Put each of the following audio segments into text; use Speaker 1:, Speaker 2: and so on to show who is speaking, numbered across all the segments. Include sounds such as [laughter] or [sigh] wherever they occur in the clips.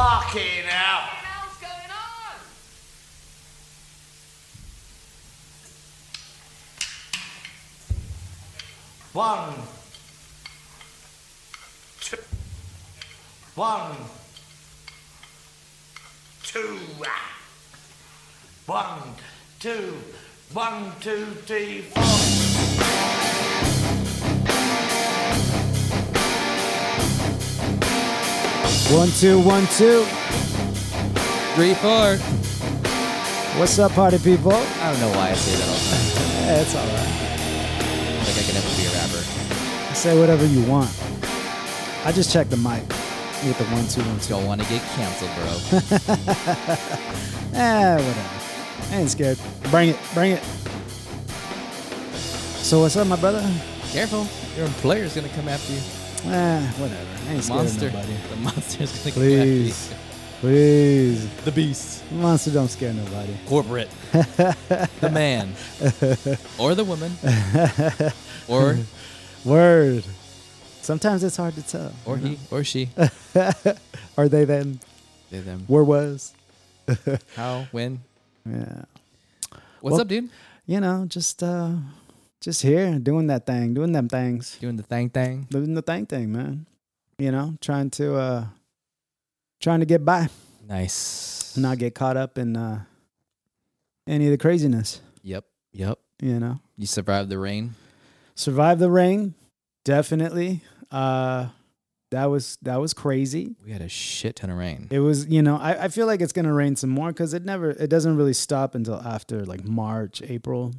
Speaker 1: Fucking hell.
Speaker 2: hell's going on?
Speaker 1: One. Two. One. Two. ah. One, two, one, two, three, four.
Speaker 3: One, two, one, two.
Speaker 4: Three, four.
Speaker 3: What's up, party people? Yeah,
Speaker 4: I don't know why I say that all the time.
Speaker 3: it's all right.
Speaker 4: Like I can never be a rapper.
Speaker 3: Say whatever you want. I just checked the mic with the one, two, one, two.
Speaker 4: Don't want to get canceled, [laughs] bro.
Speaker 3: Eh, whatever. I ain't scared. Bring it. Bring it. So what's up, my brother?
Speaker 4: Careful. Your employer's gonna come after you.
Speaker 3: Eh, whatever. I ain't scared
Speaker 4: Monster.
Speaker 3: of nobody.
Speaker 4: The monster's gonna
Speaker 3: Please.
Speaker 4: come after
Speaker 3: Please.
Speaker 4: you. The beast.
Speaker 3: Monster don't scare nobody.
Speaker 4: Corporate. [laughs] the man. or the [laughs] woman. Or
Speaker 3: Word. Sometimes it's hard to tell.
Speaker 4: or he or [laughs] she.
Speaker 3: Are they then?
Speaker 4: They them.
Speaker 3: Where was?
Speaker 4: How? When?
Speaker 3: Yeah.
Speaker 4: What's
Speaker 3: Well-
Speaker 4: up, dude?
Speaker 3: You know, just uh just here doing that thing, doing them things.
Speaker 4: Doing the thang thang.
Speaker 3: Doing the thing thing, man. You know, trying to uh trying to get by.
Speaker 4: Nice.
Speaker 3: not get caught up in uh, any of the craziness.
Speaker 4: Yep. Yep.
Speaker 3: You know,
Speaker 4: You survived the rain.
Speaker 3: survive the rain, definitely. Uh, that was that was crazy.
Speaker 4: We had a shit ton of rain.
Speaker 3: It was, you know, I, I feel like it's gonna rain some more because it never, it doesn't really stop until after like March, April.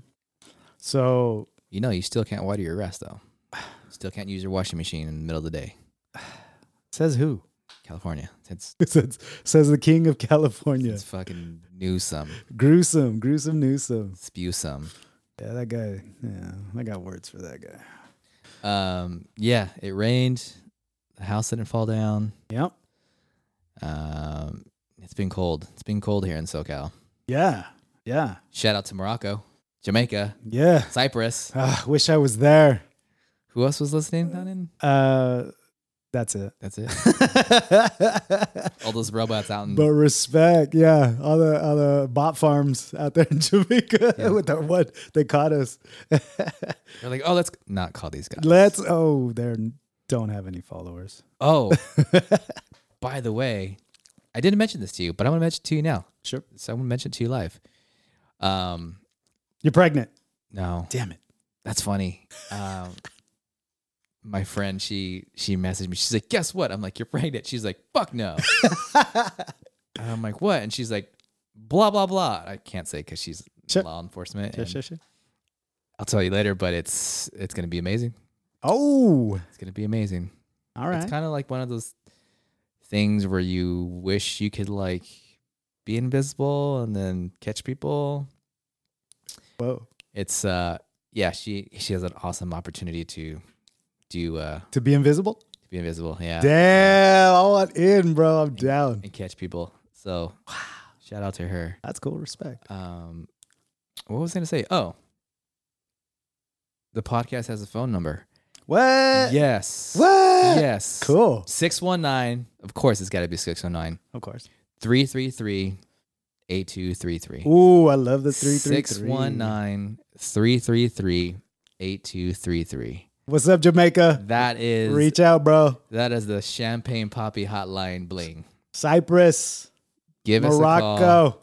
Speaker 3: So
Speaker 4: You know, you still can't water your grass though. Still can't use your washing machine in the middle of the day.
Speaker 3: says who? [laughs]
Speaker 4: California, it's
Speaker 3: says, says the king of California.
Speaker 4: it's fucking newsome,
Speaker 3: [laughs] Gruesome, gruesome, newsome.
Speaker 4: spewsome.
Speaker 3: Yeah, that guy. Yeah, I got words for that guy.
Speaker 4: Um, yeah, it rained. The house didn't fall down.
Speaker 3: Yep.
Speaker 4: Um, it's been cold. It's been cold here in SoCal.
Speaker 3: Yeah. Yeah.
Speaker 4: Shout out to Morocco, Jamaica,
Speaker 3: Yeah.
Speaker 4: Cyprus.
Speaker 3: Ah, wish I was there.
Speaker 4: Who else was listening? Not in.
Speaker 3: Uh, that's it.
Speaker 4: That's it. All those robots out in
Speaker 3: but respect, yeah. All the all the bot farms out there in [laughs] Jamaica
Speaker 4: Yeah.
Speaker 3: with that one they caught us. [laughs]
Speaker 4: they're like, oh, let's not call these guys.
Speaker 3: Let's oh, they don't have any followers.
Speaker 4: Oh, by the way, I didn't mention this to you, but I'm gonna mention it to you now.
Speaker 3: Sure.
Speaker 4: Someone mentioned it to you live. Um,
Speaker 3: You're pregnant.
Speaker 4: no,
Speaker 3: Damn it.
Speaker 4: that's funny. Um, [laughs] my friend, she she messaged me. She's like, "Guess what?" I'm like, "You're pregnant." She's like,
Speaker 3: [laughs]
Speaker 4: "Fuck no." and I'm like, "What?" And she's like, "Blah blah blah." I can't say because she's
Speaker 3: Sure.
Speaker 4: law enforcement.
Speaker 3: Sure,
Speaker 4: and
Speaker 3: sure, sure.
Speaker 4: I'll tell you later, but it's it's gonna be amazing.
Speaker 3: Oh,
Speaker 4: It's gonna be amazing.
Speaker 3: all right.
Speaker 4: It's kind of like one of those things where you wish you could like be invisible and then catch people.
Speaker 3: Whoa.
Speaker 4: It's uh yeah, she she has an awesome opportunity to do uh
Speaker 3: To be invisible.
Speaker 4: to be invisible, yeah.
Speaker 3: Damn, I want in, bro. I'm down.
Speaker 4: And catch people. So shout out to her.
Speaker 3: That's cool. Respect.
Speaker 4: Um what was I gonna say? Oh. The podcast has a phone number.
Speaker 3: What?
Speaker 4: yes.
Speaker 3: Uh, What?
Speaker 4: Yes.
Speaker 3: Cool.
Speaker 4: 619. Of course it's gotta be 619.
Speaker 3: Of course.
Speaker 4: 333 8233.
Speaker 3: Ooh, I love the three three three.
Speaker 4: 619 333 8233.
Speaker 3: What's up, Jamaica?
Speaker 4: That is
Speaker 3: Reach out, bro.
Speaker 4: that is the Champagne Poppy Hotline bling.
Speaker 3: Cyprus.
Speaker 4: Give us a call.
Speaker 3: Morocco.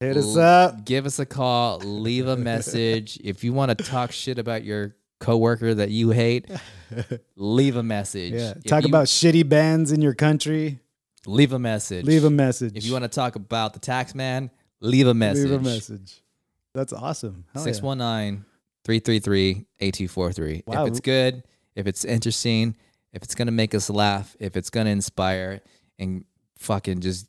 Speaker 3: Hit us
Speaker 4: L-
Speaker 3: up.
Speaker 4: Give us a call. Leave a message. if you want to talk shit about your coworker that you hate,
Speaker 3: [laughs]
Speaker 4: leave a message.
Speaker 3: Yeah.
Speaker 4: If
Speaker 3: Talk
Speaker 4: you-
Speaker 3: about shitty bands in your country.
Speaker 4: leave a message.
Speaker 3: Leave a message.
Speaker 4: If you want to talk about the tax man, leave a message.
Speaker 3: leave a message. That's awesome. Hell Oh, yeah.
Speaker 4: 619 333 8243.
Speaker 3: Wow.
Speaker 4: If it's good, if it's interesting, if it's going to make us laugh, if it's going to inspire and fucking just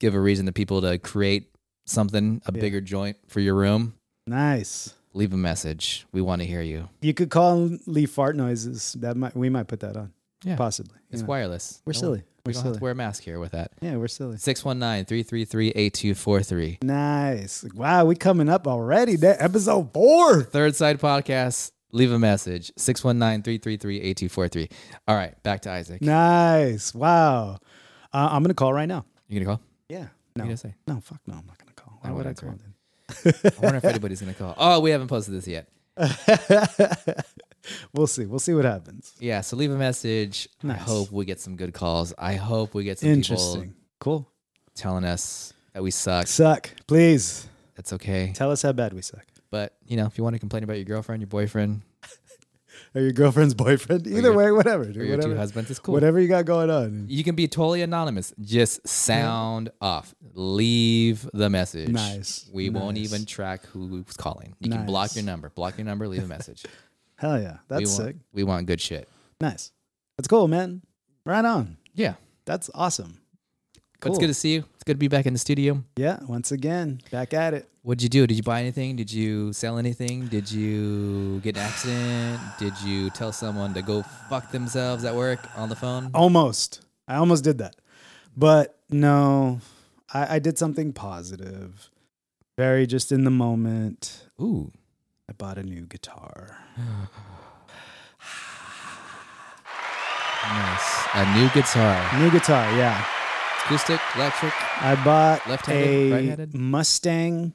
Speaker 4: give a reason to people to create something, a
Speaker 3: Yeah.
Speaker 4: bigger joint for your room,
Speaker 3: Nice.
Speaker 4: leave a message. We want to hear you.
Speaker 3: You could call and leave fart noises. That might we might put that on.
Speaker 4: Yeah.
Speaker 3: Possibly. you
Speaker 4: It's
Speaker 3: know.
Speaker 4: wireless.
Speaker 3: We're
Speaker 4: No-
Speaker 3: silly.
Speaker 4: We
Speaker 3: We're
Speaker 4: don't have
Speaker 3: silly.
Speaker 4: to wear a mask here with that.
Speaker 3: Yeah, we're silly.
Speaker 4: 619 333 8243.
Speaker 3: Nice. Wow, we coming up already. That episode four.
Speaker 4: Third Side Podcast, leave a message. 619 333 8243. All right, back to Isaac.
Speaker 3: Nice. Wow. Uh, I'm gonna call right now.
Speaker 4: You gonna call?
Speaker 3: Yeah.
Speaker 4: What
Speaker 3: No.
Speaker 4: are you gonna say?
Speaker 3: No, fuck no, I'm not gonna call. Why
Speaker 4: I
Speaker 3: would I
Speaker 4: wouldn't
Speaker 3: call
Speaker 4: answer
Speaker 3: then? [laughs]
Speaker 4: I wonder if anybody's gonna call. Oh, we haven't posted this yet.
Speaker 3: we'll see. We'll see what happens.
Speaker 4: Yeah, so leave a message. I
Speaker 3: Nice.
Speaker 4: hope we get some good calls. I hope we get some people
Speaker 3: Interesting. Cool.
Speaker 4: telling us that we suck.
Speaker 3: Suck. Please
Speaker 4: That's okay.
Speaker 3: tell us how bad we suck.
Speaker 4: But you know, if you want to complain about your girlfriend, your boyfriend,
Speaker 3: Or your girlfriend's [laughs] boyfriend. Either
Speaker 4: your-
Speaker 3: way, whatever. Dude,
Speaker 4: or your
Speaker 3: whatever.
Speaker 4: two husbands, it's cool.
Speaker 3: Whatever you got going on.
Speaker 4: You can be totally anonymous. Just sound off. Leave the message.
Speaker 3: Nice.
Speaker 4: We won't
Speaker 3: Nice.
Speaker 4: even track who's calling. You can block your
Speaker 3: Nice.
Speaker 4: number. Block your number. Leave
Speaker 3: [laughs]
Speaker 4: a message.
Speaker 3: Hell yeah.
Speaker 4: we
Speaker 3: That's
Speaker 4: want,
Speaker 3: sick.
Speaker 4: We want good shit.
Speaker 3: Nice. That's cool, man. Right on.
Speaker 4: Yeah.
Speaker 3: That's awesome.
Speaker 4: But it's
Speaker 3: Cool.
Speaker 4: good to see you. It's good to be back in the studio.
Speaker 3: Yeah. Once again, back at it.
Speaker 4: What'd you do? Did you buy anything? Did you sell anything? Did you get in an accident? Did you tell someone to go fuck themselves at work on the phone?
Speaker 3: Almost. I almost did that. But no, I, I did something positive. Very just in the moment.
Speaker 4: Ooh.
Speaker 3: I bought a new guitar.
Speaker 4: Nice. A new guitar.
Speaker 3: New guitar, yeah.
Speaker 4: Acoustic, electric.
Speaker 3: I bought
Speaker 4: Left-handed,
Speaker 3: a
Speaker 4: right-handed?
Speaker 3: Mustang,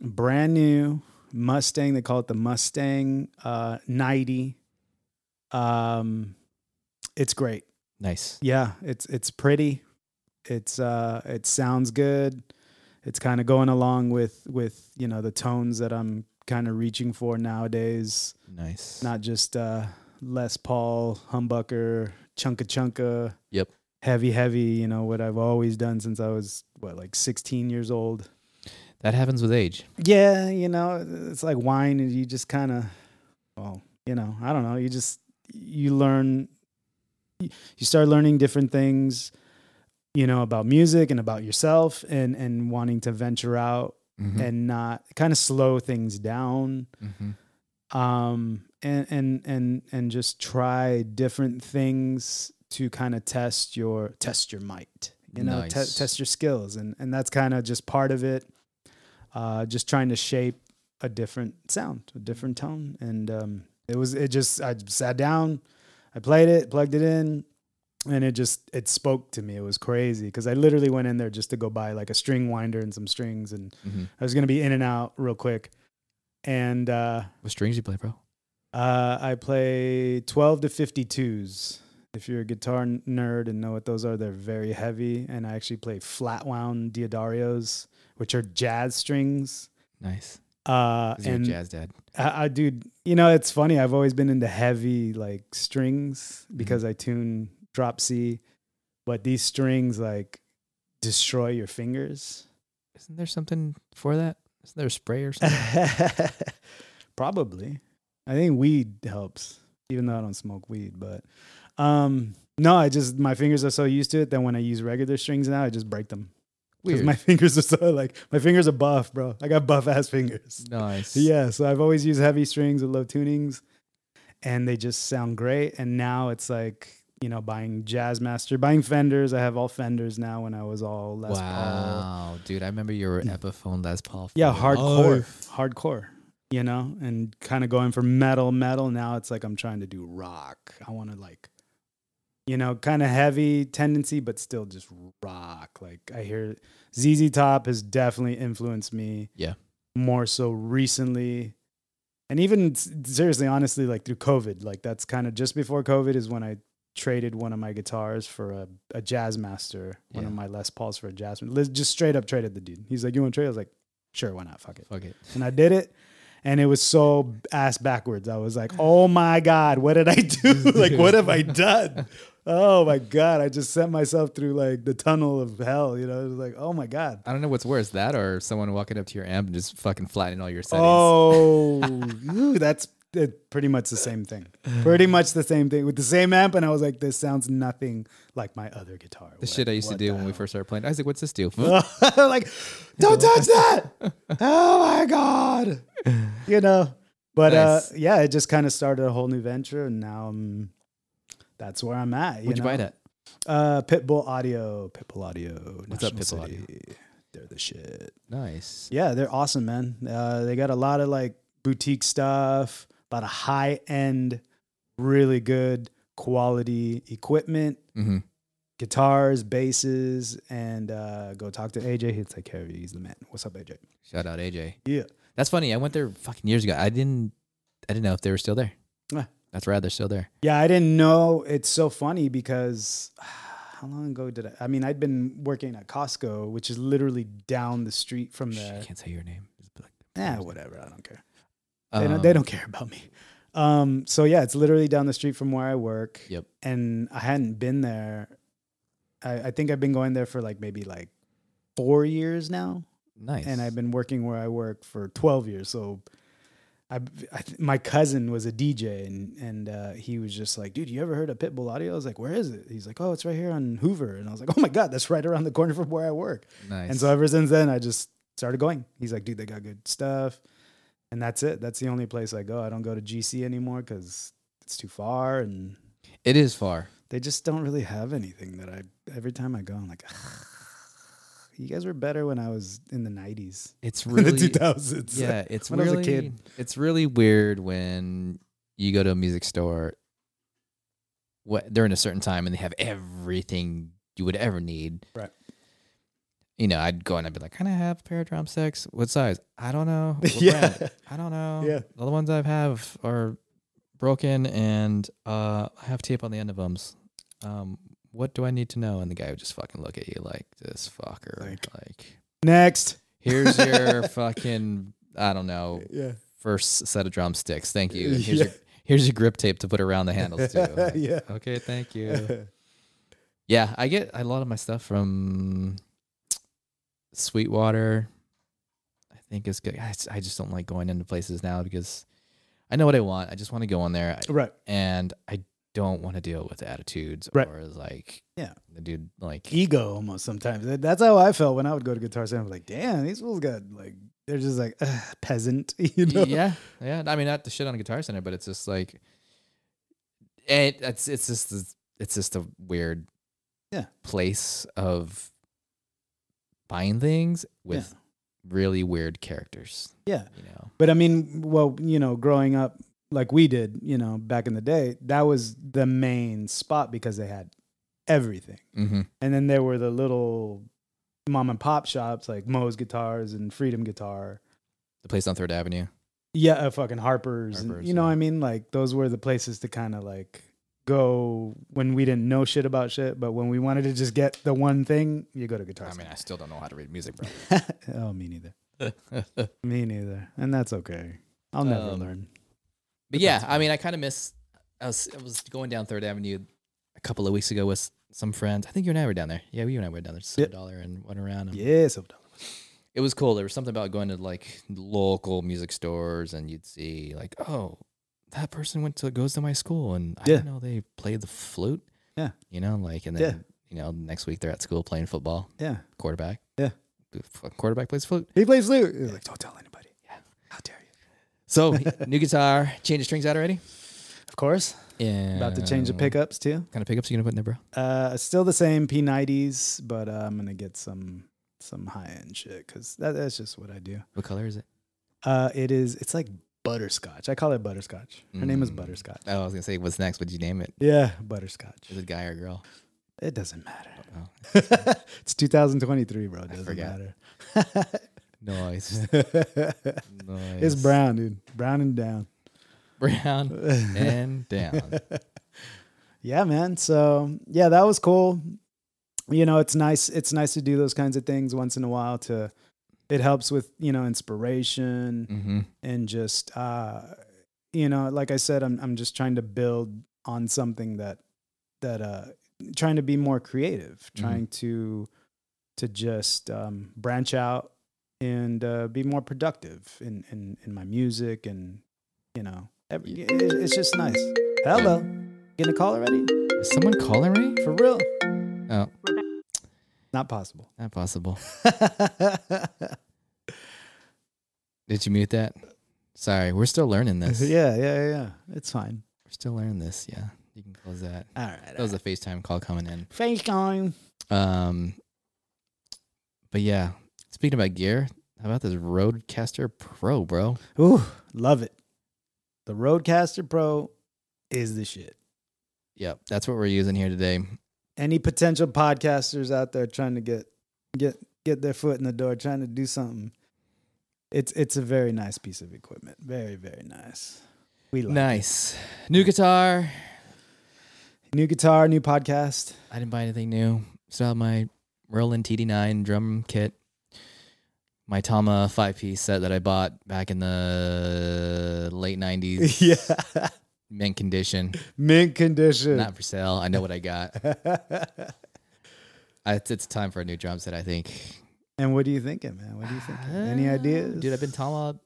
Speaker 3: brand new Mustang. They call it the Mustang uh, 90. Um, it's great.
Speaker 4: Nice.
Speaker 3: Yeah, it's it's pretty. It's uh, it sounds good. It's kind of going along with with you know the tones that I'm kind of reaching for nowadays.
Speaker 4: Nice.
Speaker 3: Not just uh, Les Paul, humbucker, chunka chunka
Speaker 4: yep.
Speaker 3: heavy, heavy, you know, what I've always done since I was, what, like 16 years old.
Speaker 4: That happens with age.
Speaker 3: Yeah, you know, it's like wine and you just kind of, well, you know, I don't know. You just, you learn, you start learning different things, you know, about music and about yourself and, and wanting to venture out
Speaker 4: Mhm.
Speaker 3: and not kind of slow things down.
Speaker 4: Mhm.
Speaker 3: um and and and and just try different things to kind of test your test your might you know te-
Speaker 4: Nice.
Speaker 3: test your skills and and that's kind of just part of it uh just trying to shape a different sound a different tone and um it was it just i sat down i played it plugged it in and it just it spoke to me it was crazy because i literally went in there just to go buy like a string winder and some strings and
Speaker 4: Mhm.
Speaker 3: i was going to be in and out real quick and uh
Speaker 4: What strings you play, bro?
Speaker 3: uh, I play 12 to 52s. If you're a guitar n- nerd and know what those are, they're very heavy. And I actually play flat wound Diodarios, which are jazz strings.
Speaker 4: Nice.
Speaker 3: Uh,
Speaker 4: 'Cause you're a
Speaker 3: and
Speaker 4: jazz dad.
Speaker 3: I, I, dude, you know, it's funny. I've always been into heavy like strings because I tune drop C, but these strings like destroy your fingers.
Speaker 4: Isn't there something for that? Isn't there a spray or something?
Speaker 3: [laughs] Probably. I think weed helps, even though I don't smoke weed. But um, no, I just my fingers are so used to it that when I use regular strings now, I just break them. [laughs] 'Cause
Speaker 4: Weird.
Speaker 3: My [laughs] fingers are so like my fingers are buff, bro. I got buff ass fingers.
Speaker 4: nice.
Speaker 3: Yeah, so I've always used heavy strings with low tunings, and they just sound great. And now it's like you know buying Jazzmaster, buying Fenders. I have all Fenders now. When I was all Les Paul. Hmm.
Speaker 4: wow, dude! I remember you were an Epiphone Les Paul. for
Speaker 3: Yeah,
Speaker 4: life.
Speaker 3: hardcore, hardcore. You know, and kind of going for metal, metal. Now it's like I'm trying to do rock. I want to like, you know, kind of heavy tendency, but still just rock. Like I hear ZZ Top has definitely influenced me.
Speaker 4: Yeah.
Speaker 3: more so recently, and even s- seriously, honestly, like through COVID. Like that's kind of just before COVID is when I traded one of my guitars for a, a Jazzmaster, one of
Speaker 4: Yeah.
Speaker 3: my Les Pauls for a Jazzman. Lis- Just straight up traded the dude. He's like, "You want to trade?" I was like sure, why not? Fuck it.
Speaker 4: Oh, Fuck it.
Speaker 3: And I did it. And it was so ass backwards. I was like, oh my God, what did I [laughs]
Speaker 4: [laughs]
Speaker 3: do? like, what have I done? Oh my God. I just sent myself through like the tunnel of hell. You know, it was like, oh my God.
Speaker 4: I don't know what's worse, that or someone walking up to your amp and just fucking flattening all your settings.
Speaker 3: Oh, [laughs] ooh, that's it, pretty much the same thing. Pretty much the same thing with the same amp. And I was like, this sounds nothing like my other guitar.
Speaker 4: the shit I used to do when we first started playing. I was like,
Speaker 3: [laughs]
Speaker 4: "What's this do?"
Speaker 3: like, don't touch that. Oh my God. You know, but
Speaker 4: Nice.
Speaker 3: uh, yeah, it just kind of started a whole new venture. And now um, that's where I'm at.
Speaker 4: Where'd you buy
Speaker 3: know?
Speaker 4: that?
Speaker 3: Uh, Pitbull Audio. Pitbull Audio.
Speaker 4: What's up,
Speaker 3: National
Speaker 4: Pitbull Audio?
Speaker 3: City. They're the shit.
Speaker 4: Nice.
Speaker 3: Yeah, they're awesome, man. Uh, they got a lot of like boutique stuff, a lot of high end, really good quality equipment
Speaker 4: Mm-hmm.
Speaker 3: guitars, basses, and uh, go talk to AJ. He'll take care of you. He's the man. What's up, AJ?
Speaker 4: Shout out AJ.
Speaker 3: Yeah.
Speaker 4: That's funny. I went there fucking years ago. I didn't I didn't know if they were still there.
Speaker 3: Ah.
Speaker 4: That's rad. They're still there.
Speaker 3: Yeah, I didn't know. It's so funny because [sighs] how long ago did I? I mean, I'd been working at Costco, which is literally down the street from
Speaker 4: Shh, I
Speaker 3: there.
Speaker 4: can't say your name. Just be like,
Speaker 3: Yeah, whatever. I don't care. they, don't, they
Speaker 4: um,
Speaker 3: don't care about me. Um, so yeah, it's literally down the street from where I work.
Speaker 4: Yep.
Speaker 3: And I hadn't been there. I, I think I've been going there for like maybe like four years now,
Speaker 4: Nice.
Speaker 3: and I've been working where I work for twelve years. So, I, I th- my cousin was a DJ, and and uh, he was just like, "Dude, you ever heard of Pitbull Audio?" I was like, "Where is it?" He's like, "Oh, it's right here on Hoover," and I was like, "Oh my god, that's right around the corner from where I work."
Speaker 4: nice.
Speaker 3: And so ever since then, I just started going. He's like, dude, they got good stuff. And that's it. That's the only place I go. I don't go to GC anymore because it's too far. And
Speaker 4: it is far.
Speaker 3: they just don't really have anything that I, every time I go, I'm like, you guys were better when I was in the 90s,
Speaker 4: It's
Speaker 3: in
Speaker 4: [laughs]
Speaker 3: the
Speaker 4: really
Speaker 3: 2000s. [laughs]
Speaker 4: yeah. It's
Speaker 3: when I
Speaker 4: really
Speaker 3: was a kid.
Speaker 4: it's really weird when you go to a music store. What during a certain time and they have everything you would ever need.
Speaker 3: Right.
Speaker 4: You know, I'd go and I'd be like, "Can I have a pair of drumsticks? What size? I
Speaker 3: [laughs]
Speaker 4: don't know. What brand?
Speaker 3: yeah.
Speaker 4: I don't know.
Speaker 3: Yeah.
Speaker 4: The ones I have are broken and uh, I have tape on the end of them. Um, what do I need to know? And the guy would just fucking look at you like this fucker. Like,
Speaker 3: Like- Next.
Speaker 4: here's
Speaker 3: [laughs]
Speaker 4: your fucking, I don't know,
Speaker 3: Yeah.
Speaker 4: first set of drumsticks. Thank you. And here's,
Speaker 3: Yeah.
Speaker 4: your, here's your grip tape to put around the handles too. I'm like,
Speaker 3: [laughs] Yeah.
Speaker 4: Okay, thank
Speaker 3: [laughs]
Speaker 4: you. Yeah, I get a lot of my stuff from Sweetwater. I think it's good. I, s- I just don't like going into places now because I know what I want. I just want to go on there,
Speaker 3: [laughs]
Speaker 4: I-
Speaker 3: right.
Speaker 4: and I don't want to deal with attitudes
Speaker 3: Right.
Speaker 4: or like
Speaker 3: Yeah.
Speaker 4: the dude like
Speaker 3: Ego almost sometimes. That- That's how I felt when I would go to Guitar Center. I'm like, damn, these fools got like, they're just like, "Ugh, peasant, [laughs] you know?
Speaker 4: yeah yeah. I mean not the shit on Guitar Center, but it's just like it, it's it's just this- it's just a weird
Speaker 3: Yeah.
Speaker 4: place of buying things with really weird characters.
Speaker 3: Yeah.
Speaker 4: You know.
Speaker 3: But I mean, well, you know, growing up like we did, you know, back in the day, that was the main spot because they had everything.
Speaker 4: Mm-hmm.
Speaker 3: And then there were the little mom and pop shops like Moe's Guitars and Freedom Guitar.
Speaker 4: The place on Third Avenue.
Speaker 3: Yeah, uh, fucking Harper's. and,
Speaker 4: Harper's,
Speaker 3: you know
Speaker 4: yeah.
Speaker 3: what I mean? Like those were the places to kind of like go when we didn't know shit about shit, but when we wanted to just get the one thing, you go to Guitar
Speaker 4: I mean, I still don't know how to read
Speaker 3: [laughs]
Speaker 4: music, bro.
Speaker 3: Center. oh, me neither.
Speaker 4: [laughs] but
Speaker 3: Me neither. And that's okay. I'll never
Speaker 4: Um,
Speaker 3: learn.
Speaker 4: yeah, I mean, I kind of miss. I was I was going down Third Avenue a couple of weeks ago with some friends. I think you and I were down there. Yeah, you and I were down there. Just
Speaker 3: Yep.
Speaker 4: dollar and went around. and-
Speaker 3: Yeah, so
Speaker 4: It was cool. There was something about going to like local music stores and you'd see like, oh, that person went to goes to my school and I
Speaker 3: Yeah.
Speaker 4: didn't know they played the flute.
Speaker 3: Yeah.
Speaker 4: You know, like and
Speaker 3: Yeah.
Speaker 4: then you know next week they're at school playing football,
Speaker 3: yeah.
Speaker 4: quarterback.
Speaker 3: Yeah.
Speaker 4: The fucking Quarterback plays flute.
Speaker 3: He plays flute. He's like, don't tell anybody.
Speaker 4: Yeah.
Speaker 3: How dare you?
Speaker 4: So [laughs] new guitar, change the strings out already.
Speaker 3: Of course.
Speaker 4: Yeah.
Speaker 3: About to change the pickups too.
Speaker 4: Kind of pickups you gonna put in there, bro?
Speaker 3: Uh, still the same P90s, but uh, I'm gonna get some some high end shit because that, that's just what I do.
Speaker 4: What color is it?
Speaker 3: Uh, it is. It's like butterscotch. I call it butterscotch. Her name is
Speaker 4: Mm.
Speaker 3: Butterscotch.
Speaker 4: Oh, I was gonna say, what's next? Would you name it?
Speaker 3: Yeah, butterscotch.
Speaker 4: Is it guy or
Speaker 3: [laughs]
Speaker 4: girl?
Speaker 3: It doesn't matter.
Speaker 4: Oh,
Speaker 3: [laughs] it's 2023, bro. It doesn't
Speaker 4: forgot.
Speaker 3: matter.
Speaker 4: nice. nice.
Speaker 3: It's brown, dude. Brown and down.
Speaker 4: Brown
Speaker 3: [laughs]
Speaker 4: and down.
Speaker 3: Yeah, man. So yeah, that was cool. You know, it's nice. It's nice to do those kinds of things once in a while. To it helps with you know inspiration
Speaker 4: Mm-hmm.
Speaker 3: and just uh, you know, like I said, I'm I'm just trying to build on something that that uh, trying to be more creative,
Speaker 4: Mm-hmm.
Speaker 3: trying to to just um, branch out and uh, be more productive in in in my music and you know, every, it, it's just nice. Hello, getting a call already.
Speaker 4: Is someone calling me?
Speaker 3: For real?
Speaker 4: Oh,
Speaker 3: Not possible. [laughs]
Speaker 4: not possible.
Speaker 3: yeah,
Speaker 4: Did you mute that? Sorry, we're still learning
Speaker 3: [laughs]
Speaker 4: this.
Speaker 3: yeah, yeah, yeah. It's fine.
Speaker 4: We're still learning this. Yeah. You can close that.
Speaker 3: All right.
Speaker 4: That was a FaceTime call coming in.
Speaker 3: face time.
Speaker 4: Um, but yeah, speaking about gear, how about this Roadcaster Pro, bro?
Speaker 3: Ooh, love it. The Roadcaster Pro is the shit.
Speaker 4: Yep, that's what we're using here today.
Speaker 3: any potential podcasters out there trying to get get get their foot in the door, trying to do something, it's it's a very nice piece of equipment. Very very nice. We like
Speaker 4: Nice. New guitar.
Speaker 3: it. new guitar, new
Speaker 4: [laughs]
Speaker 3: podcast.
Speaker 4: I didn't buy anything new. Still have my Roland TD9 drum kit. My Tama five piece set that I bought back in the late 90s,
Speaker 3: yeah,
Speaker 4: mint condition,
Speaker 3: mint condition.
Speaker 4: not for sale. I know what
Speaker 3: [laughs]
Speaker 4: I got. I- It's, it's time for a new drum set, I think.
Speaker 3: and what are you thinking, man? What are you thinking? Any
Speaker 4: Uh,
Speaker 3: ideas,
Speaker 4: Dude, I've been Tama.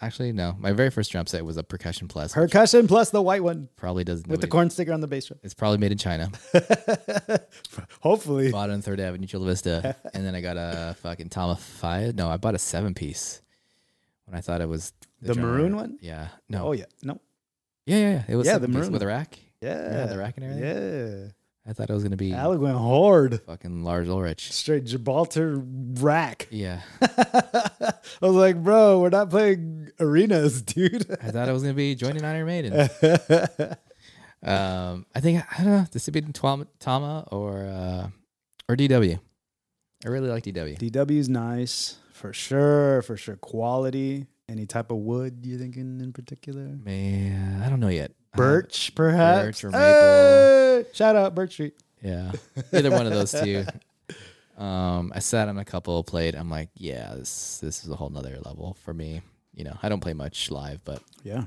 Speaker 4: Actually, no. My very first drum set was a percussion plus. which
Speaker 3: percussion plus the white one
Speaker 4: probably doesn't.
Speaker 3: with the
Speaker 4: nobody-
Speaker 3: corn sticker on the bass drum. [laughs]
Speaker 4: It's probably made in China.
Speaker 3: Hopefully,
Speaker 4: bought it on Third Avenue,
Speaker 3: [laughs]
Speaker 4: Chula Vista, and then I got a fucking Tama five. No, I bought a seven piece when I thought it was
Speaker 3: The
Speaker 4: drummer.
Speaker 3: maroon one?
Speaker 4: Yeah, no,
Speaker 3: oh yeah, no,
Speaker 4: yeah, yeah, yeah. It was
Speaker 3: Yeah,
Speaker 4: yeah,
Speaker 3: the
Speaker 4: the maroon
Speaker 3: maroon
Speaker 4: with a rack.
Speaker 3: yeah,
Speaker 4: the rack and
Speaker 3: everything.
Speaker 4: I thought it was gonna be
Speaker 3: Yeah, Alec went hard.
Speaker 4: fucking Lars Ulrich.
Speaker 3: straight Gibraltar rack.
Speaker 4: Yeah,
Speaker 3: [laughs] I was like, bro, we're not playing arenas, [laughs] dude.
Speaker 4: I thought it was gonna be joining Iron
Speaker 3: [laughs]
Speaker 4: Maiden. um, I think I don't know. This would be Tama, Tama or uh, or DW. I really like DW.
Speaker 3: DW's nice for sure, for sure. Quality, any type of wood you thinking in particular?
Speaker 4: Man, I don't know yet. I haven't-
Speaker 3: Birch, perhaps.
Speaker 4: birch or maple.
Speaker 3: Hey! shout out Birch Street. [laughs]
Speaker 4: Yeah. Either one of those two. Um, I sat on a couple, played. I'm like, yeah, this this is a whole nother level for me. You know, I don't play much live, but
Speaker 3: Yeah.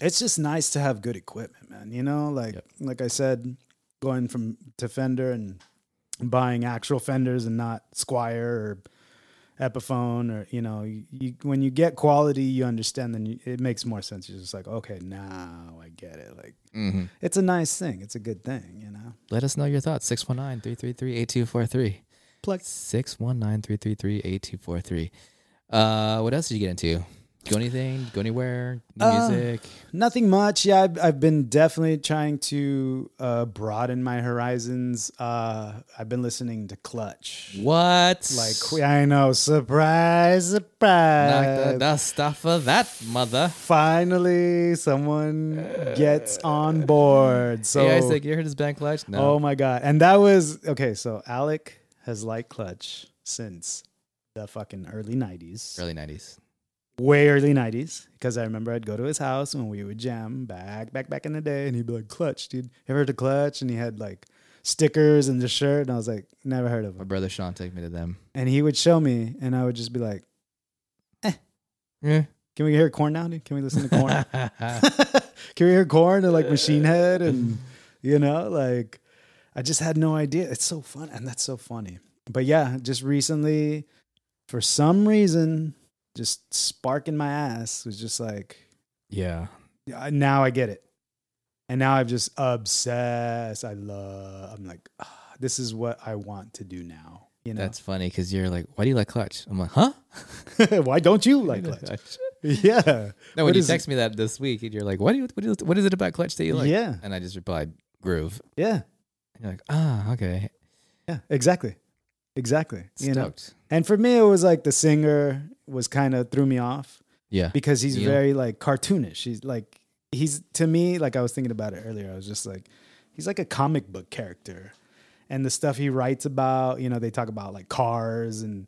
Speaker 3: It's just nice to have good equipment, man. You know, like
Speaker 4: Yep.
Speaker 3: like I said, going from to Fender and buying actual Fenders and not Squire or Epiphone or you know, you, you when you get quality, you understand then you, it makes more sense. You're just like, okay, now I get it. Like it's a nice thing. It's a good thing, you know.
Speaker 4: let us know your thoughts. 619-333-8243.
Speaker 3: Plug.
Speaker 4: 619-333-8243. Uh, what else did you get into? Go anything? Go anywhere? New
Speaker 3: Uh,
Speaker 4: music?
Speaker 3: Nothing much. Yeah, I've, I've been definitely trying to uh, broaden my horizons. Uh, I've been listening to Clutch.
Speaker 4: What?
Speaker 3: Like que- I know, surprise, surprise.
Speaker 4: knock the dust off of that mother.
Speaker 3: Finally, someone gets on board. So,
Speaker 4: [laughs] yeah, I said, you heard his band clutch? No.
Speaker 3: oh my god! And that was okay. So Alec has liked Clutch since the fucking early '90s,
Speaker 4: Early 90s.
Speaker 3: way early '90s. Because I remember I'd go to his house when we would jam back, back, back in the day, and he'd be like, "Clutch, dude, ever heard of Clutch?" And he had like stickers and the shirt, and I was like, "Never heard of
Speaker 4: My
Speaker 3: him."
Speaker 4: brother Sean took me to them.
Speaker 3: And he would show me, and I would just be like.
Speaker 4: Yeah. [laughs]
Speaker 3: Can we hear corn now? dude? Can we listen to corn? Can we hear corn and like Machine Head
Speaker 4: [laughs]
Speaker 3: and you know like I just had no idea. It's so fun and that's so funny. But yeah, just recently, for some reason, just sparking my ass was just like
Speaker 4: yeah.
Speaker 3: yeah, now I get it, and now I'm just obsessed. I love. I'm like ah, this is what I want to do now. You know
Speaker 4: That's funny because you're like, why do you like clutch? I'm like, huh?
Speaker 3: [laughs] why don't you
Speaker 4: [laughs]
Speaker 3: like
Speaker 4: Clutch.
Speaker 3: Clutch? [laughs] Yeah. What
Speaker 4: No, when you
Speaker 3: is it?
Speaker 4: text me that this week, and you're like, what do you, what, do you, what is it about clutch that you like?
Speaker 3: Yeah.
Speaker 4: And I just replied, groove.
Speaker 3: Yeah.
Speaker 4: And you're like, ah, okay,
Speaker 3: Yeah. Exactly. Exactly.
Speaker 4: stoked.
Speaker 3: And for me, it was like the singer was kind of threw me off
Speaker 4: Yeah.
Speaker 3: because he's
Speaker 4: Yeah.
Speaker 3: very like cartoonish. He's like, he's to me, like I was thinking about it earlier. I was just like, he's like a comic book character. And the stuff he writes about, you know, they talk about like cars and,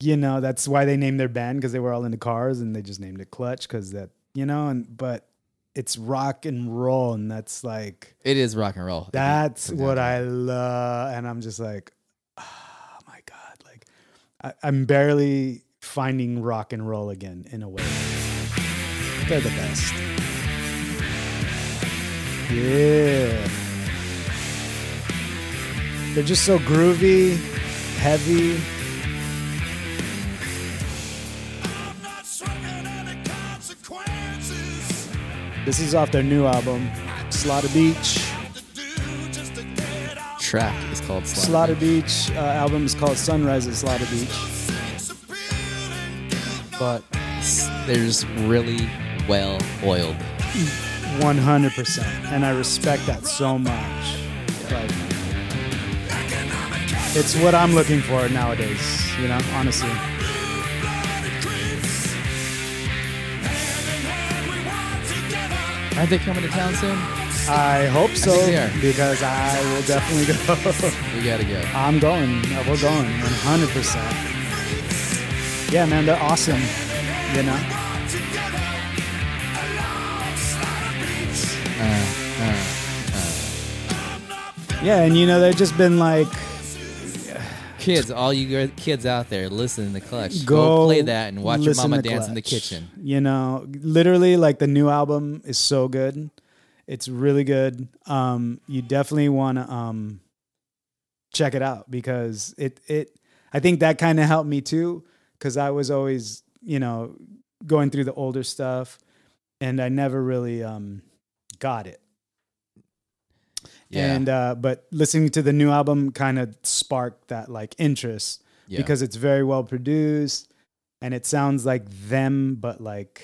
Speaker 3: you know, that's why they named their band because they were all into cars and they just named it Clutch because that, you know, and, but it's rock and roll and that's like,
Speaker 4: It is rock and roll.
Speaker 3: that's
Speaker 4: If you-
Speaker 3: what I love. And I'm just like, oh my God. Like, I, I'm barely finding rock and roll again in a way. They're the best. Yeah. They're just so groovy, heavy.
Speaker 1: I'm not swinging any consequences.
Speaker 3: This is off their new album, Slaughter Beach.
Speaker 1: To do just to get out
Speaker 4: Track is called Slaughter.
Speaker 3: Slaughter Beach uh, album is called Sunrise at Slaughter Beach.
Speaker 1: since appealing guilt.
Speaker 4: But s- they're just really well oiled.
Speaker 3: 100%. And I respect that so much. Like,
Speaker 1: Economic
Speaker 3: It's what I'm looking for nowadays, you know, honestly.
Speaker 1: blood creeps. Hand in hand we work together.
Speaker 4: Aren't they coming to town soon?
Speaker 1: It's
Speaker 3: I hope so
Speaker 4: think they are.
Speaker 3: because I will definitely [laughs] go.
Speaker 4: We gotta go.
Speaker 3: I'm going. Yeah, We're going 100%. Yeah, man, they're awesome. You know? Yeah, and you know, they've just been like,
Speaker 4: Kids, all you guys- kids out there, listen to the clutch.
Speaker 3: go,
Speaker 4: play that and watch your
Speaker 3: listen
Speaker 4: mama
Speaker 3: to
Speaker 4: dance in the
Speaker 3: Clutch.
Speaker 4: kitchen.
Speaker 3: You know, literally, like the new album is so good. It's really good. Um, you definitely want to um, check it out because it it. I think that kind of helped me too because I was always you know going through the older stuff, and I never really um, got it.
Speaker 4: Yeah.
Speaker 3: And uh, but listening to the new album kind of sparked that like interest
Speaker 4: yeah.
Speaker 3: because it's very well produced and it sounds like them but like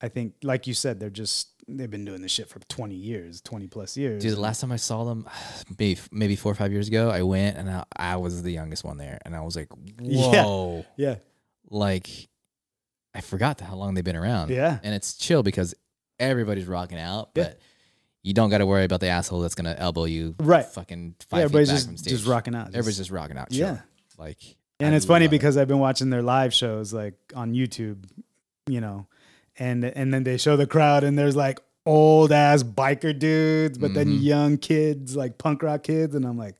Speaker 3: i think like you said they're just they've been doing this shit for 20 years 20 plus years
Speaker 4: Dude, the last time I saw them, [sighs] maybe maybe four or five years ago, I went and I, I was the youngest one there, and I was like,
Speaker 3: Yeah.
Speaker 4: "Whoa!"
Speaker 3: yeah
Speaker 4: Like, I forgot how long they've been around.
Speaker 3: Yeah.
Speaker 4: and it's chill because everybody's rocking out,
Speaker 3: Yeah.
Speaker 4: but you don't got to worry about the asshole that's gonna elbow you,
Speaker 3: Right.
Speaker 4: Fucking
Speaker 3: yeah
Speaker 4: five feet
Speaker 3: everybody's
Speaker 4: back from
Speaker 3: just,
Speaker 4: stage.
Speaker 3: just rocking out
Speaker 4: Everybody's
Speaker 3: Just-
Speaker 4: just rocking out. Chill.
Speaker 3: yeah
Speaker 4: like,
Speaker 3: and
Speaker 4: I
Speaker 3: it's funny
Speaker 4: love it.
Speaker 3: because i've been watching their live shows like on youtube you know and and then they show the crowd and there's like old ass biker dudes but then
Speaker 4: Mhm.
Speaker 3: young kids like punk rock kids and i'm like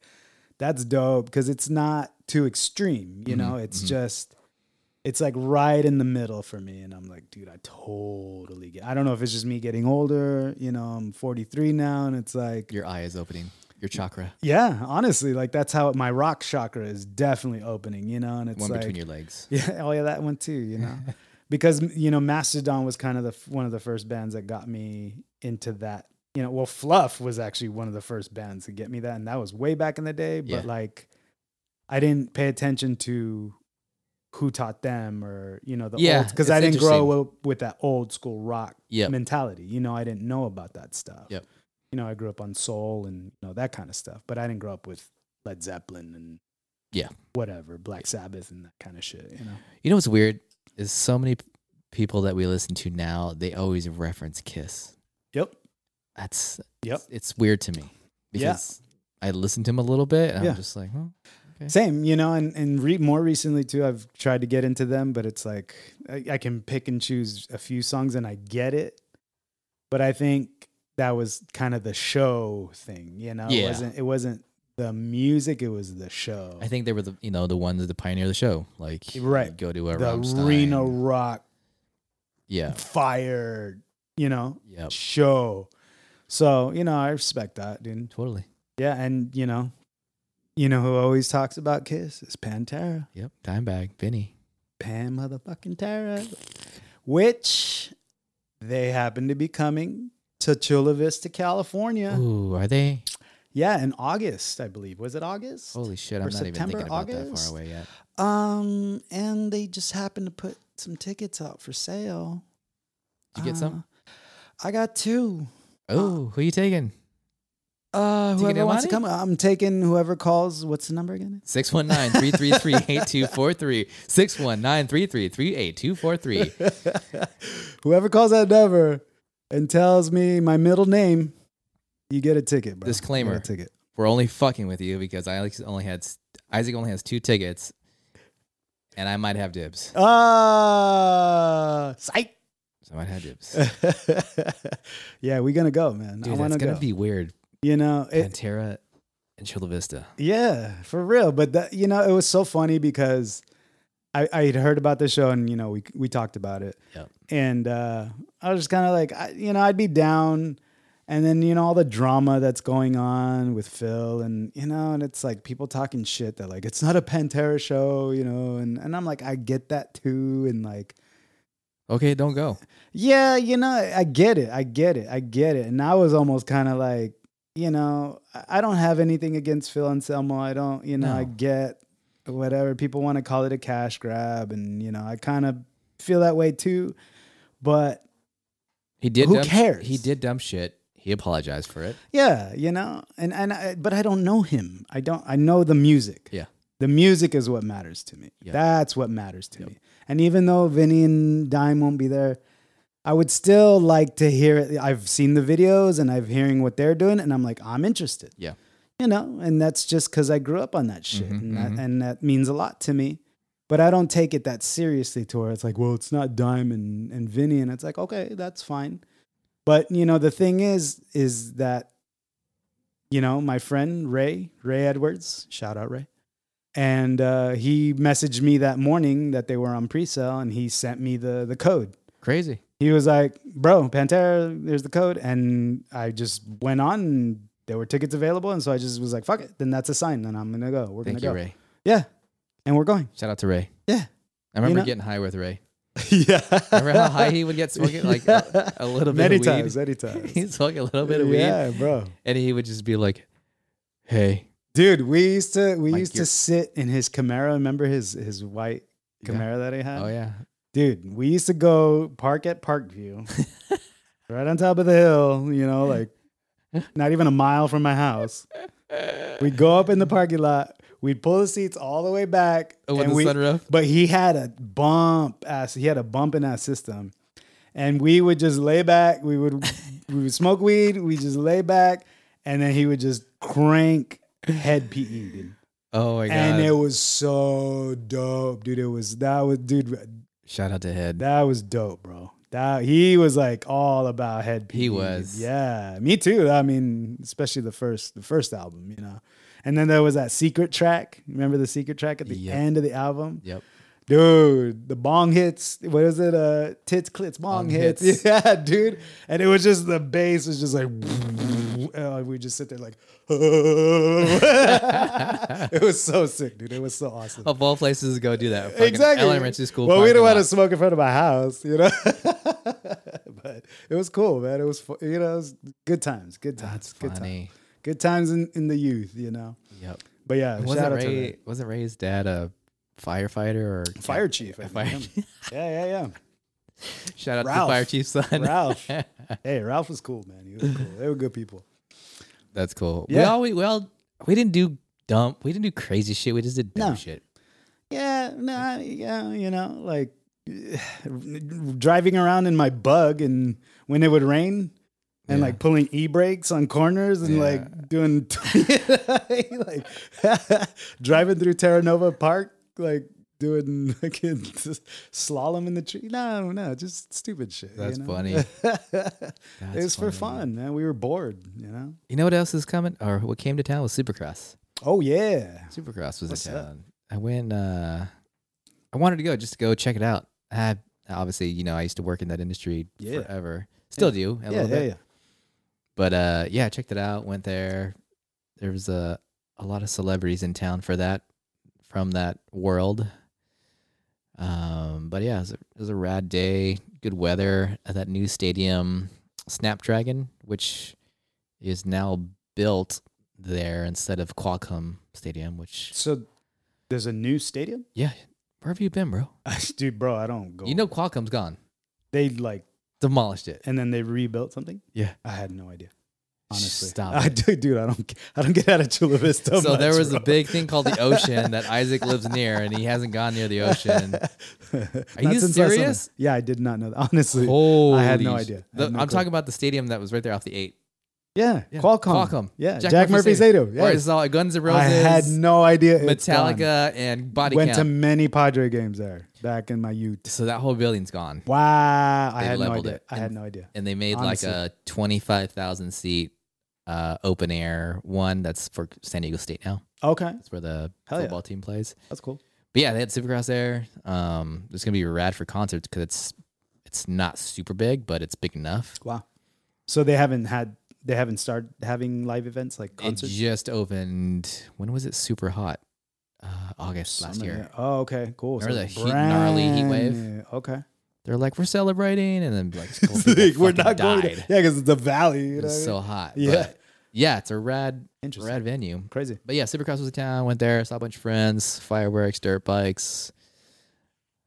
Speaker 3: that's dope because it's not too extreme you know
Speaker 4: Mhm,
Speaker 3: it's
Speaker 4: mhm.
Speaker 3: just it's like right in the middle for me and i'm like dude i totally get i don't know if it's just me getting older you know i'm 43 now and it's like
Speaker 4: your eye is opening, your chakra,
Speaker 3: yeah honestly like that's how my rock chakra is definitely opening you know and it's
Speaker 4: one
Speaker 3: like
Speaker 4: between your legs.
Speaker 3: [laughs] yeah, oh yeah, that one too. You
Speaker 4: [laughs]
Speaker 3: know, because you know, Mastodon was kind of the f- one of the first bands that got me into that. You know, well, Fluff was actually one of the first bands to get me that, and that was way back in the day. But
Speaker 4: Yeah.
Speaker 3: like, I didn't pay attention to who taught them or you know the
Speaker 4: Yeah,
Speaker 3: old because
Speaker 4: it's
Speaker 3: I didn't grow
Speaker 4: interesting.
Speaker 3: up with that old school rock
Speaker 4: Yep.
Speaker 3: mentality. You know, I didn't know about that stuff.
Speaker 4: Yep.
Speaker 3: You know, I grew up on soul and you know that kind of stuff, but I didn't grow up with Led Zeppelin and
Speaker 4: Yeah.
Speaker 3: whatever Black Sabbath and that kind of shit. You know.
Speaker 4: You know what's weird is so many p- people that we listen to now, they always reference Kiss.
Speaker 3: Yep.
Speaker 4: That's
Speaker 3: Yep.
Speaker 4: It's weird to me
Speaker 3: Yeah.
Speaker 4: because I listened to him a little bit and
Speaker 3: Yeah.
Speaker 4: I'm just like, huh?
Speaker 3: Same, you know, and and re- more recently too, I've tried to get into them, but it's like I, I can pick and choose a few songs, and I get it. But I think that was kind of the show thing, you know. It
Speaker 4: Yeah.
Speaker 3: wasn't it wasn't the music; it was the show.
Speaker 4: I think they were the you know the ones that pioneered the show. Like
Speaker 3: Right.
Speaker 4: you'd go to a
Speaker 3: the
Speaker 4: Rammstein.
Speaker 3: Reno Rock
Speaker 4: Yeah.
Speaker 3: fire, you know,
Speaker 4: Yep.
Speaker 3: show. So you know, I respect that, dude.
Speaker 4: Totally.
Speaker 3: Yeah, and you know, you know who always talks about Kiss is Pantera.
Speaker 4: Yep. Dimebag, Vinny.
Speaker 3: Pam motherfucking Tara, which they happen to be coming to Chula Vista, California.
Speaker 4: Ooh, are they?
Speaker 3: Yeah, in August, I believe. Was it August?
Speaker 4: Holy shit! I'm
Speaker 3: Or
Speaker 4: not even
Speaker 3: September,
Speaker 4: thinking about that
Speaker 3: August?
Speaker 4: far away yet.
Speaker 3: Um, and they just happened to put some tickets out for sale.
Speaker 4: Did you get
Speaker 3: Uh,
Speaker 4: some?
Speaker 3: I got two.
Speaker 4: Oh, who you taking?
Speaker 3: Uh,
Speaker 4: Taking
Speaker 3: whoever wants to
Speaker 4: Imani?
Speaker 3: come, I'm taking whoever calls. What's the number again?
Speaker 4: 619-333-8243. 619-333-8243.
Speaker 3: Whoever calls that number and tells me my middle name, you get a ticket, bro. You get
Speaker 4: Disclaimer.
Speaker 3: a ticket.
Speaker 4: we're only fucking with you because I only had Isaac only has two tickets, and I might have dibs.
Speaker 3: Ah, psych.
Speaker 4: So I might have dibs.
Speaker 3: [laughs] yeah, we're gonna go, man. I
Speaker 4: Dude,
Speaker 3: want
Speaker 4: that's
Speaker 3: to
Speaker 4: gonna
Speaker 3: go.
Speaker 4: be weird.
Speaker 3: you know, it,
Speaker 4: Pantera and Chula Vista.
Speaker 3: yeah, for real. But that, you know, it was so funny because I I had heard about the show and you know we we talked about it.
Speaker 4: Yep.
Speaker 3: And uh, I was just kind of like, I, you know, I'd be down, and then you know all the drama that's going on with Phil, and you know, and it's like people talking shit that like it's not a Pantera show, you know, and and I'm like, I get that too, and like
Speaker 4: Okay, don't go.
Speaker 3: Yeah, you know, I get it. I get it. I get it. And I was almost kind of like, you know, I- I don't have anything against Phil Anselmo. I don't, you know, I
Speaker 4: No.
Speaker 3: get whatever people want to call it a cash grab. And, you know, I kind of feel that way too. But
Speaker 4: He did.
Speaker 3: Who
Speaker 4: dumb sh-
Speaker 3: cares?
Speaker 4: he did dumb shit. He apologized for it.
Speaker 3: yeah, you know, and, and I, but I don't know him. I don't, I know the music.
Speaker 4: Yeah.
Speaker 3: The music is what matters to me.
Speaker 4: Yeah.
Speaker 3: That's what matters to me. And even though Vinny and Dime won't be there, I would still like to hear it. I've seen the videos and I've hearing what they're doing, and I'm like, I'm interested.
Speaker 4: Yeah.
Speaker 3: you know, and that's just because I grew up on that shit, and, that, and that means a lot to me. But I don't take it that seriously to where it's like, well, it's not Diamond and Vinny, and it's like, okay, that's fine. But you know, the thing is, is that you know my friend Ray, Ray Edwards, shout out Ray, and uh, he messaged me that morning that they were on pre-sale, and he sent me the the code
Speaker 4: Crazy.
Speaker 3: he was like, "Bro, Pantera, there's the code," and I just went on. and There were tickets available, and so I just was like, "Fuck it," then that's a sign. Then I'm gonna go. We're
Speaker 4: Thank you,
Speaker 3: gonna go.
Speaker 4: Ray.
Speaker 3: Yeah, and we're going.
Speaker 4: Shout out to Ray.
Speaker 3: Yeah,
Speaker 4: I remember
Speaker 3: know-
Speaker 4: getting high with Ray.
Speaker 3: [laughs] yeah.
Speaker 4: Remember how high he would get smoking? Like a, a little bit
Speaker 3: many
Speaker 4: of weed.
Speaker 3: times, many [laughs]
Speaker 4: [laughs]
Speaker 3: times.
Speaker 4: He'd smoke a little bit of weed.
Speaker 3: Yeah, bro,
Speaker 4: And he would just be like, hey.
Speaker 3: dude. We used to we
Speaker 4: Like
Speaker 3: used to
Speaker 4: you're-
Speaker 3: sit in his Camaro. Remember his his white
Speaker 4: Yeah.
Speaker 3: Camaro that he had?
Speaker 4: Oh, yeah.
Speaker 3: dude. We used to go park at
Speaker 4: [laughs]
Speaker 3: Parkview, right on top of the hill. You know, like not even a mile from my house. We'd go up in the parking lot. We'd pull the seats all the way back.
Speaker 4: Oh, with the
Speaker 3: we,
Speaker 4: sunroof?
Speaker 3: But he had a bump ass. He had a bump in that system, and we would just lay back. We would we would smoke weed. We just lay back, and then he would just crank head PE, dude.
Speaker 4: Oh, my God.
Speaker 3: And it was so dope, dude. It was that was dude.
Speaker 4: Shout out to Head.
Speaker 3: That was dope, bro. That he was like all about head. PE.
Speaker 4: He was.
Speaker 3: Yeah, me too. I mean, especially the first the first album, you know. And then there was that secret track. Remember the secret track at the
Speaker 4: Yep.
Speaker 3: end of the album,
Speaker 4: Yep.
Speaker 3: dude? The bong hits. What is it? Uh, tits clits bong,
Speaker 4: Bong
Speaker 3: hits. [laughs]
Speaker 4: hits.
Speaker 3: Yeah, dude. And it was just the bass was just like. uh, we just sit there like, [laughs] it was so sick, dude. It was so awesome.
Speaker 4: Of all places to go do that. fucking
Speaker 3: Exactly.
Speaker 4: Elementary school.
Speaker 3: Well, we
Speaker 4: parking
Speaker 3: don't want
Speaker 4: lot.
Speaker 3: to smoke in front of my house, you know. [laughs] but it was cool, man. It was, fu- you know, it was good times, good times,
Speaker 4: That's
Speaker 3: good times,
Speaker 4: funny.
Speaker 3: good times in, in the youth, you know.
Speaker 4: Yep.
Speaker 3: But yeah, shout
Speaker 4: Wasn't
Speaker 3: out to Ray.
Speaker 4: Ray, wasn't Ray's dad a firefighter or
Speaker 3: Fire chief, I
Speaker 4: Fire-
Speaker 3: think. yeah, yeah,
Speaker 4: Shout out to
Speaker 3: Ralph.
Speaker 4: the fire chief's
Speaker 3: yeah.
Speaker 4: [laughs] son.
Speaker 3: Ralph, hey, Ralph was cool, man. He was cool. They were good people.
Speaker 4: That's cool. We
Speaker 3: Yeah.
Speaker 4: all we, we all we didn't do dumb. We didn't do crazy shit. We just did dumb
Speaker 3: No.
Speaker 4: shit.
Speaker 3: Yeah, nah, yeah, you know, like [sighs] driving around in my bug and when it would rain and
Speaker 4: Yeah.
Speaker 3: like pulling e brakes on corners and
Speaker 4: Yeah.
Speaker 3: like doing [laughs] like [laughs] driving through Terra Nova Park, like doing [laughs] fucking just slalom in the tree. No, no, just stupid shit.
Speaker 4: That's
Speaker 3: you know?
Speaker 4: funny.
Speaker 3: [laughs] It was for fun, man. We were bored, you know.
Speaker 4: You know what else is coming or what came to town was Supercross.
Speaker 3: Oh yeah,
Speaker 4: Supercross was
Speaker 3: What's
Speaker 4: in
Speaker 3: that?
Speaker 4: town. I went. uh I wanted to go just to go check it out. I obviously you know I used to work in that industry
Speaker 3: Yeah.
Speaker 4: forever. Still do a
Speaker 3: yeah,
Speaker 4: little
Speaker 3: yeah,
Speaker 4: bit.
Speaker 3: yeah.
Speaker 4: But uh, yeah, I checked it out. Went there. There was a a lot of celebrities in town for that from that world. Um, but yeah, it was, a, it was a rad day. Good weather at that new stadium, Snapdragon, which is now built there instead of Qualcomm Stadium. Which
Speaker 3: So there's a new stadium, [laughs]
Speaker 4: yeah, where have you been, bro?
Speaker 3: dude, bro. I don't go.
Speaker 4: You know Qualcomm's gone,
Speaker 3: they like
Speaker 4: demolished it.
Speaker 3: and then they rebuilt something.
Speaker 4: Yeah.
Speaker 3: I had no idea. Honestly,
Speaker 4: Stop
Speaker 3: I
Speaker 4: it.
Speaker 3: do, dude. I don't. I don't get out of Chula Vista.
Speaker 4: So
Speaker 3: much,
Speaker 4: there was
Speaker 3: bro.
Speaker 4: a big thing called the
Speaker 3: [laughs]
Speaker 4: ocean that Isaac lives near, and he hasn't gone near the ocean. Are
Speaker 3: Not
Speaker 4: you
Speaker 3: since last summer.
Speaker 4: serious?
Speaker 3: Yeah, I did not know that. [laughs] Honestly,
Speaker 4: Holy
Speaker 3: I had no
Speaker 4: sh-
Speaker 3: idea. I
Speaker 4: The-
Speaker 3: had no
Speaker 4: I'm
Speaker 3: clue.
Speaker 4: talking about the stadium that was right there off the eight.
Speaker 3: yeah,
Speaker 4: Yeah,
Speaker 3: Qualcomm.
Speaker 4: Qualcomm.
Speaker 3: Yeah, Jack, Murphy's
Speaker 4: Stadium,
Speaker 3: Ado.
Speaker 4: Where
Speaker 3: Yeah.
Speaker 4: it's all Guns N' Roses,
Speaker 3: I had no idea. it's gone.
Speaker 4: Metallica, and Body
Speaker 3: Went
Speaker 4: Count.
Speaker 3: to many Padre games there back in my youth.
Speaker 4: so that whole building's gone,
Speaker 3: Wow, I
Speaker 4: They
Speaker 3: had no
Speaker 4: leveled
Speaker 3: idea.
Speaker 4: it.
Speaker 3: I had
Speaker 4: And-
Speaker 3: no idea.
Speaker 4: and they made
Speaker 3: Honestly.
Speaker 4: like a 25,000 seat uh, open air one that's for San Diego State now.
Speaker 3: Okay,
Speaker 4: That's where the
Speaker 3: Hell yeah.
Speaker 4: football team plays.
Speaker 3: that's cool.
Speaker 4: But yeah, they had Supercross there. Um, it's gonna be rad for concerts because it's it's not super big, but it's big enough.
Speaker 3: Wow. So they haven't had. They haven't started having live events like concerts.
Speaker 4: It just opened. When was it super hot? Uh, August last
Speaker 3: Summer,
Speaker 4: year.
Speaker 3: yeah. Oh, okay, cool.
Speaker 4: Remember
Speaker 3: it's
Speaker 4: the heat- gnarly heat
Speaker 3: brand
Speaker 4: wave?
Speaker 3: new. Okay.
Speaker 4: They're like, we're celebrating, and then
Speaker 3: [laughs]
Speaker 4: like, a couple [laughs] people
Speaker 3: Like, we're
Speaker 4: fucking
Speaker 3: not going. To, yeah, [laughs]
Speaker 4: died.
Speaker 3: because it's the valley. You
Speaker 4: It
Speaker 3: know?
Speaker 4: was
Speaker 3: what I
Speaker 4: so
Speaker 3: mean?
Speaker 4: hot.
Speaker 3: Yeah.
Speaker 4: Yeah, yeah, it's a rad,
Speaker 3: Interesting.
Speaker 4: rad venue.
Speaker 3: Crazy.
Speaker 4: But yeah, Supercross was in town. Went there, saw a bunch of friends, fireworks, dirt bikes.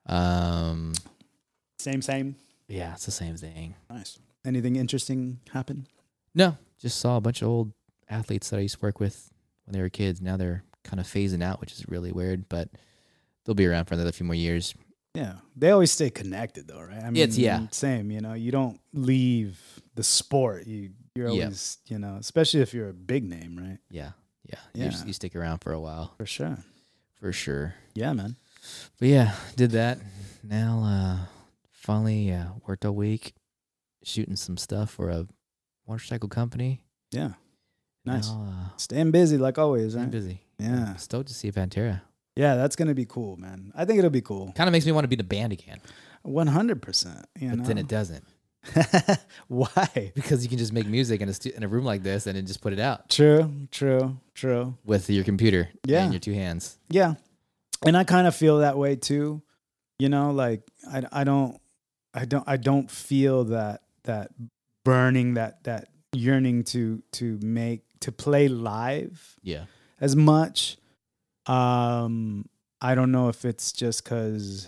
Speaker 4: Um,
Speaker 3: Same, same.
Speaker 4: yeah, it's the same thing.
Speaker 3: Nice. Anything interesting happen?
Speaker 4: No, just saw a bunch of old athletes that I used to work with when they were kids. Now they're kind of phasing out, which is really weird, but they'll be around for another few more years.
Speaker 3: Yeah, they always stay connected though, right? I mean,
Speaker 4: It's- yeah.
Speaker 3: same. You know, you don't leave the sport. You you're
Speaker 4: Yeah.
Speaker 3: always you know, especially if you're a big name, right?
Speaker 4: Yeah. Yeah. You, s-
Speaker 3: Yeah.
Speaker 4: you stick around for a while
Speaker 3: For sure.
Speaker 4: for sure.
Speaker 3: Yeah, man.
Speaker 4: But yeah, did that. Now, uh, finally uh, worked all week shooting some stuff for a motorcycle company.
Speaker 3: Yeah, nice.
Speaker 4: Now, uh,
Speaker 3: Staying busy like always,
Speaker 4: I'm
Speaker 3: right?
Speaker 4: busy.
Speaker 3: Yeah,
Speaker 4: Stoked to see Pantera.
Speaker 3: yeah. That's gonna be cool, man. I think it'll be cool.
Speaker 4: Kind of makes me want to be the band again,
Speaker 3: One hundred percent. You
Speaker 4: but
Speaker 3: know.
Speaker 4: then it doesn't
Speaker 3: [laughs] Why?
Speaker 4: because you can just make music in a stu- in a room like this and then just put it out
Speaker 3: True. True. True.
Speaker 4: with your computer
Speaker 3: Yeah.
Speaker 4: and your two hands.
Speaker 3: Yeah. And I kind of feel that way too. You know, like I, I don't I don't I don't feel that that burning that that yearning to to make to play live
Speaker 4: Yeah.
Speaker 3: as much. Um I don't know if it's just cuz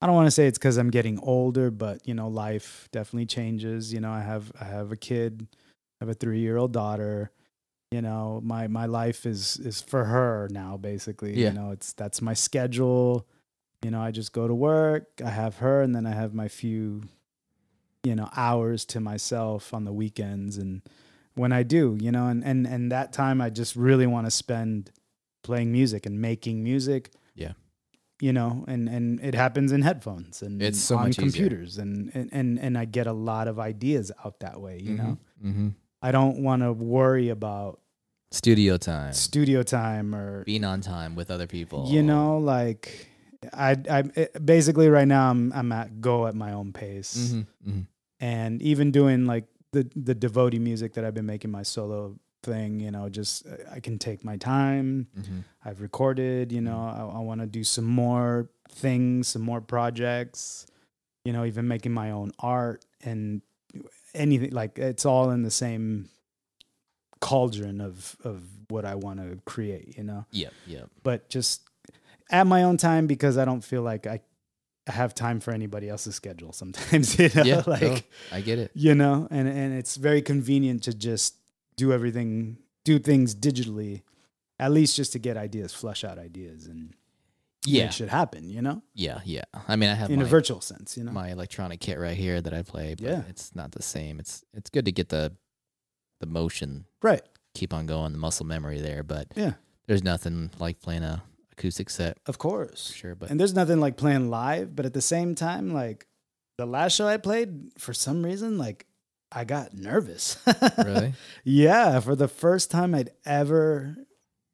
Speaker 3: I don't want to say it's cuz I'm getting older, but you know, life definitely changes. You know, I have I have a kid, I have a 3-year-old daughter. You know, my my life is is for her now basically.
Speaker 4: Yeah.
Speaker 3: You know, it's that's my schedule. You know, I just go to work, I have her and then I have my few you know, hours to myself on the weekends and when I do, you know, and and and that time I just really want to spend playing music and making music.
Speaker 4: Yeah.
Speaker 3: You know, and and it happens in headphones and
Speaker 4: It's so
Speaker 3: on
Speaker 4: much easier.
Speaker 3: computers and, and and and I get a lot of ideas out that way, you know.
Speaker 4: Mm-hmm.
Speaker 3: I don't want to worry about
Speaker 4: Studio time,
Speaker 3: studio time or
Speaker 4: being on time with other people.
Speaker 3: you know like I I it- basically right now I'm I'm at go at my own pace.
Speaker 4: hmm hmm
Speaker 3: and even doing like the the devotee music that I've been making my solo thing, you know, just uh, I can take my time.
Speaker 4: hmm
Speaker 3: I've recorded, you know, I, I want to do some more things, some more projects, you know, even making my own art and anything like it's all in the same cauldron of of what I want to create, you know
Speaker 4: Yep.
Speaker 3: [laughs]
Speaker 4: Yep.
Speaker 3: but just at my own time because I don't feel like I I have time for anybody else's schedule sometimes. [laughs] You know,
Speaker 4: Yeah,
Speaker 3: like
Speaker 4: no, I get it.
Speaker 3: you know, and and it's very convenient to just do everything, do things digitally, at least just to get ideas, flush out ideas, and
Speaker 4: Yeah.
Speaker 3: make shit happen. You know,
Speaker 4: Yeah. Yeah. I mean, I have
Speaker 3: in
Speaker 4: my,
Speaker 3: a virtual sense. You know,
Speaker 4: my electronic kit right here that I play, but
Speaker 3: Yeah.
Speaker 4: it's not the same. It's it's good to get the the motion,
Speaker 3: right?
Speaker 4: keep on going, the muscle memory there, but
Speaker 3: Yeah,
Speaker 4: there's nothing like playing a acoustic set
Speaker 3: of
Speaker 4: for
Speaker 3: course.
Speaker 4: sure. But
Speaker 3: And there's nothing like playing live, but at the same time, like the last show I played, for some reason, like I got nervous.
Speaker 4: [laughs]
Speaker 3: [laughs]
Speaker 4: really,
Speaker 3: Yeah, for the first time I'd ever.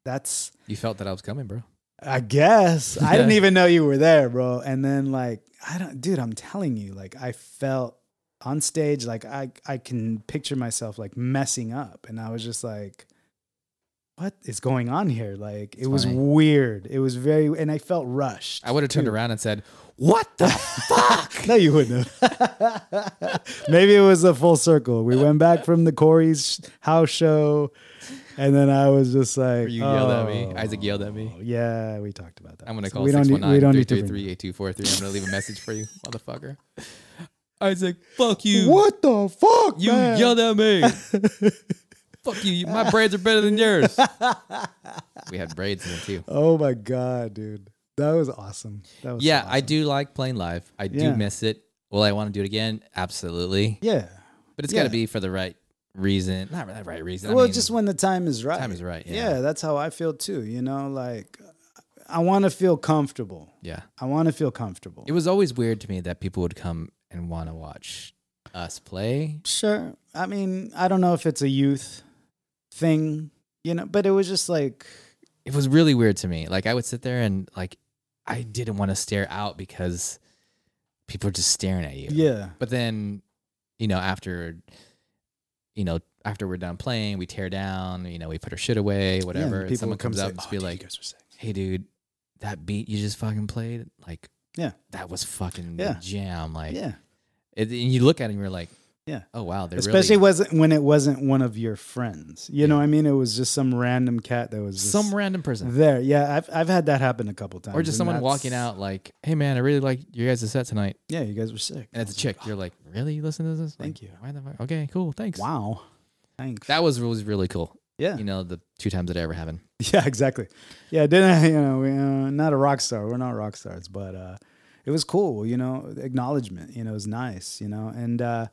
Speaker 3: That's
Speaker 4: you felt that I was coming, bro.
Speaker 3: I guess I didn't even know you were there, bro. And then like I don't, dude. I'm telling you, like I felt on stage, like I I can picture myself like messing up, and I was just like, what is going on here? Like it was
Speaker 4: funny.
Speaker 3: weird. It was very, and I felt rushed.
Speaker 4: I would have turned
Speaker 3: too.
Speaker 4: around and said, "What the
Speaker 3: [laughs]
Speaker 4: fuck?"
Speaker 3: No, you wouldn't have. [laughs] Maybe it was a full circle. We went back from the Corey's house show, and then I was just like,
Speaker 4: You yelled at me.
Speaker 3: "Oh,
Speaker 4: Isaac yelled at me.
Speaker 3: Yeah, we talked about that.
Speaker 4: I'm gonna
Speaker 3: So
Speaker 4: call
Speaker 3: we don't need- we don't need to bring
Speaker 4: 619-333-8243. I'm gonna
Speaker 3: [laughs]
Speaker 4: leave a message for you, motherfucker. Isaac, fuck
Speaker 3: that.
Speaker 4: you.
Speaker 3: What the fuck,
Speaker 4: You
Speaker 3: man?
Speaker 4: yelled at
Speaker 3: [laughs]
Speaker 4: me. Fuck you. My braids are better than yours. we had braids in it too.
Speaker 3: Oh my god, dude, that was awesome. That was
Speaker 4: yeah,
Speaker 3: so
Speaker 4: I
Speaker 3: awesome.
Speaker 4: do like playing live. I do
Speaker 3: Yeah.
Speaker 4: miss it. Will I want to do it again? Absolutely.
Speaker 3: Yeah,
Speaker 4: But it's
Speaker 3: Yeah.
Speaker 4: got to be for the right reason. Not the right reason. I
Speaker 3: well,
Speaker 4: mean,
Speaker 3: just when the time is right.
Speaker 4: time is right.
Speaker 3: Yeah.
Speaker 4: Yeah.
Speaker 3: that's how I feel too. You know, like I want to feel comfortable.
Speaker 4: Yeah.
Speaker 3: I want to feel comfortable.
Speaker 4: It was always weird to me that people would come and want to watch us play.
Speaker 3: Sure. I mean, I don't know if it's a youth thing, you know, but it was just like,
Speaker 4: It was really weird to me. Like I would sit there and like I didn't want to stare out because people are just staring at you.
Speaker 3: yeah,
Speaker 4: But then, you know, after, you know, after we're done playing, we tear down. You know, we put our shit away, whatever. and someone comes up and
Speaker 3: "Oh,
Speaker 4: just be like, "Hey, dude, that beat you just fucking played, like,
Speaker 3: Yeah.
Speaker 4: that was fucking
Speaker 3: Yeah.
Speaker 4: the jam." Like,
Speaker 3: yeah,
Speaker 4: it, and you look at him, you're like,
Speaker 3: Yeah.
Speaker 4: oh wow, they're
Speaker 3: especially
Speaker 4: really,
Speaker 3: wasn't when it wasn't one of your friends. You know,
Speaker 4: Yeah.
Speaker 3: what I mean, it was just some random cat that was just
Speaker 4: some random person."
Speaker 3: there. Yeah, I've I've had that happen a couple times,
Speaker 4: Or just
Speaker 3: and
Speaker 4: someone
Speaker 3: that's-
Speaker 4: walking out like, "Hey man, I really like your guys' set tonight,"
Speaker 3: Yeah, you guys were sick.
Speaker 4: and it's a chick. You're like, "Really? You listen to this? Like,
Speaker 3: Thank you.
Speaker 4: Why the fuck? Okay, cool. Thanks.
Speaker 3: Wow, thanks.
Speaker 4: That was was really cool.
Speaker 3: yeah,
Speaker 4: You know, the two times that ever happened.
Speaker 3: [laughs] Yeah, exactly. Yeah, didn't I, you know, we, uh, not a rock star. We're not rock stars, but uh, it was cool, you know, acknowledgement, you know, it was nice, you know, and uh,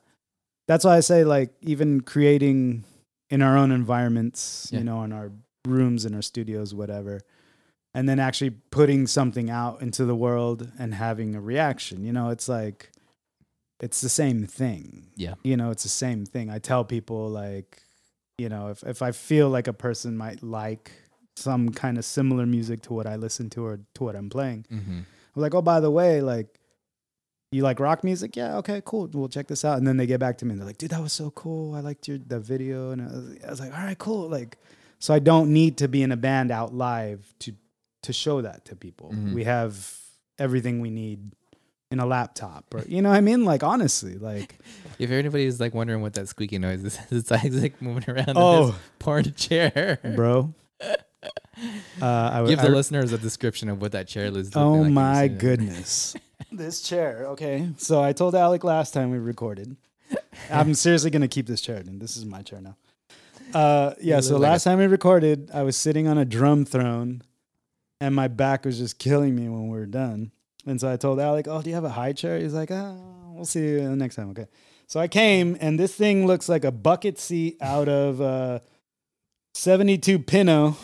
Speaker 3: that's why I say like even creating in our own environments,
Speaker 4: Yeah.
Speaker 3: you know, in our rooms, in our studios, whatever, and then actually putting something out into the world and having a reaction, you know, it's like it's the same thing.
Speaker 4: Yeah.
Speaker 3: You know, it's the same thing. I tell people like, you know, if if I feel like a person might like some kind of similar music to what I listen to or to what I'm playing,
Speaker 4: Mm-hmm.
Speaker 3: I'm like, oh, by the way, like, you like rock music? Yeah, okay, cool. We'll check this out. And then they get back to me and they're like, dude, that was so cool. I liked your the video. And I was, I was like, all right, cool. Like, so I don't need to be in a band out live to to show that to people.
Speaker 4: Mhm.
Speaker 3: We have everything we need in a laptop, or you know what I mean? Like, honestly,
Speaker 4: [laughs]
Speaker 3: like,
Speaker 4: If anybody is like wondering what that squeaky noise is, [laughs] it's Isaac moving around in
Speaker 3: Oh.
Speaker 4: his porn chair.
Speaker 3: bro. Uh, I would
Speaker 4: Give the listeners a description of what that chair is.
Speaker 3: Oh [laughs]
Speaker 4: looking like if you
Speaker 3: my
Speaker 4: see it.
Speaker 3: goodness. this chair. Okay. So I told Alec last time we recorded. I'm seriously going to keep this chair, dude. This is my chair now. Uh, yeah.
Speaker 4: You
Speaker 3: So
Speaker 4: look like
Speaker 3: last time we recorded, I was sitting on a drum throne and my back was just killing me when we were done. And so I told Alec, Oh, do you have a high chair? He's like, Ah, we'll see you next time. Okay. So I came and this thing looks like a bucket seat out of uh, 72 Pinot.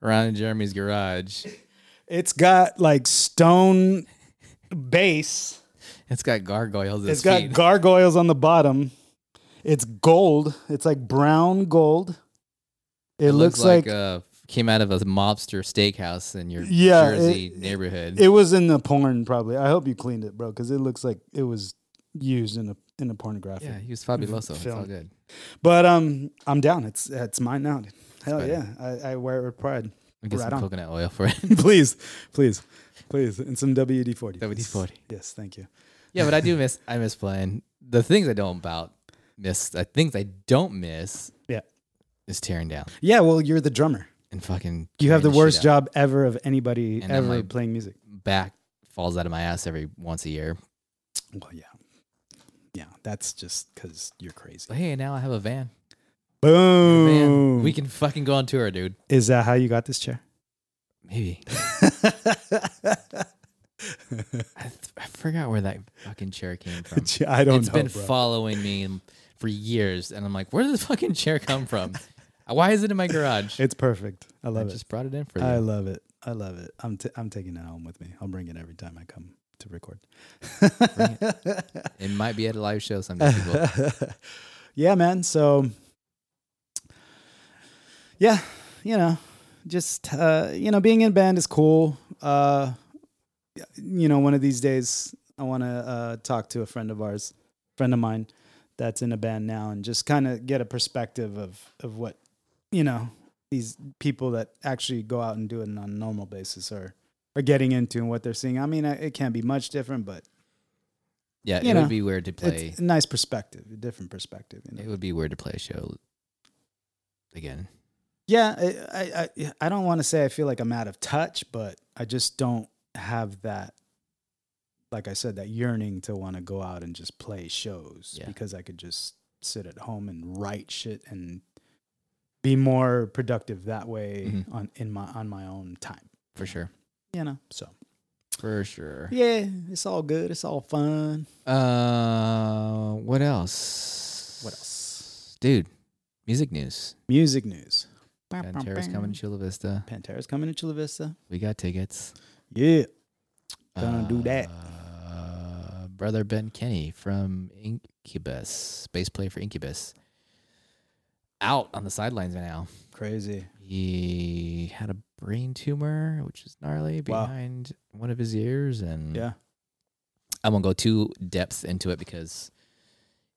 Speaker 4: Ron and Jeremy's garage.
Speaker 3: It's got like stone base.
Speaker 4: It's got gargoyles.
Speaker 3: It's
Speaker 4: It's
Speaker 3: got
Speaker 4: feet.
Speaker 3: gargoyles on the bottom. It's gold. It's like brown gold. It, looks, like,
Speaker 4: uh, came out of a mobster steakhouse in your
Speaker 3: Yeah,
Speaker 4: Jersey
Speaker 3: it-
Speaker 4: neighborhood.
Speaker 3: it was in the porn probably. I hope you cleaned it, bro, because it looks like it was used in a in a pornographic.
Speaker 4: yeah, he was fabuloso. It's all
Speaker 3: film.
Speaker 4: good.
Speaker 3: But um, I'm down. It's it's mine now. Dude. Hell
Speaker 4: better.
Speaker 3: yeah, I, I wear it with pride.
Speaker 4: I get
Speaker 3: Right [laughs]
Speaker 4: some
Speaker 3: on.
Speaker 4: coconut oil for it.
Speaker 3: please, please, please, and some WD forty.
Speaker 4: WD-40.
Speaker 3: Yes, thank you.
Speaker 4: yeah, but I do miss. I miss playing the things I don't about miss. The things I don't miss
Speaker 3: Yeah,
Speaker 4: is tearing down
Speaker 3: yeah. Well, you're the drummer.
Speaker 4: and fucking.
Speaker 3: You have the
Speaker 4: tearing shit
Speaker 3: worst
Speaker 4: up.
Speaker 3: job ever of anybody
Speaker 4: And then
Speaker 3: ever
Speaker 4: my-
Speaker 3: playing music.
Speaker 4: Back falls out of my ass every once a year.
Speaker 3: Well, yeah, yeah. That's just because you're crazy.
Speaker 4: But hey, now I have a van.
Speaker 3: Boom.
Speaker 4: Man, we can fucking go on tour, dude.
Speaker 3: Is that how you got this
Speaker 4: [laughs]
Speaker 3: chair? [laughs]
Speaker 4: Maybe. I, th- I forgot where that fucking
Speaker 3: [laughs]
Speaker 4: chair came from. It's
Speaker 3: I don't know.
Speaker 4: been
Speaker 3: bro.
Speaker 4: following me in- for years, and I'm like, where did the fucking chair come from?
Speaker 3: [laughs]
Speaker 4: Why is it in my garage?
Speaker 3: it's perfect. I
Speaker 4: I
Speaker 3: love it.
Speaker 4: just brought it in for you.
Speaker 3: I love it. I love it. I'm t- I'm taking it home with me. I'll bring it every time I come to record.
Speaker 4: it might be at a live show someday.
Speaker 3: [laughs]
Speaker 4: People.
Speaker 3: yeah, man. So yeah, you know, just uh, you know, being in band is cool. Uh, you know, one of these days, I want to uh, talk to a friend of ours, friend of mine, that's in a band now, and just kind of get a perspective of of what you know these people that actually go out and do it on a normal basis are are getting into and what they're seeing. I mean, I- it can't be much different, but
Speaker 4: Yeah,
Speaker 3: You
Speaker 4: it
Speaker 3: know,
Speaker 4: would be weird to play.
Speaker 3: it's a nice perspective, a different perspective. You know?
Speaker 4: It would be weird to play a show again.
Speaker 3: Yeah, I I I, I don't want to say I feel like I'm out of touch, but I just don't have that like I said that yearning to want to go out and just play shows
Speaker 4: Yeah.
Speaker 3: because I could just sit at home and write shit and be more productive that way
Speaker 4: Mhm.
Speaker 3: on in my on my own time,
Speaker 4: For sure.
Speaker 3: you know. So,
Speaker 4: For sure.
Speaker 3: yeah, it's all good, it's all fun.
Speaker 4: Uh, what else?
Speaker 3: What else?
Speaker 4: Dude, music news.
Speaker 3: Music news.
Speaker 4: Pantera's coming to Chula Vista.
Speaker 3: Pantera's coming to Chula Vista.
Speaker 4: We got tickets.
Speaker 3: Yeah. Gonna do that.
Speaker 4: Uh, Brother Ben Kenny from Incubus, bass player for Incubus, out on the sidelines right now.
Speaker 3: Crazy.
Speaker 4: He had a brain tumor, which is gnarly,
Speaker 3: Wow.
Speaker 4: behind one of his ears, and
Speaker 3: Yeah.
Speaker 4: I won't go too depth into it because,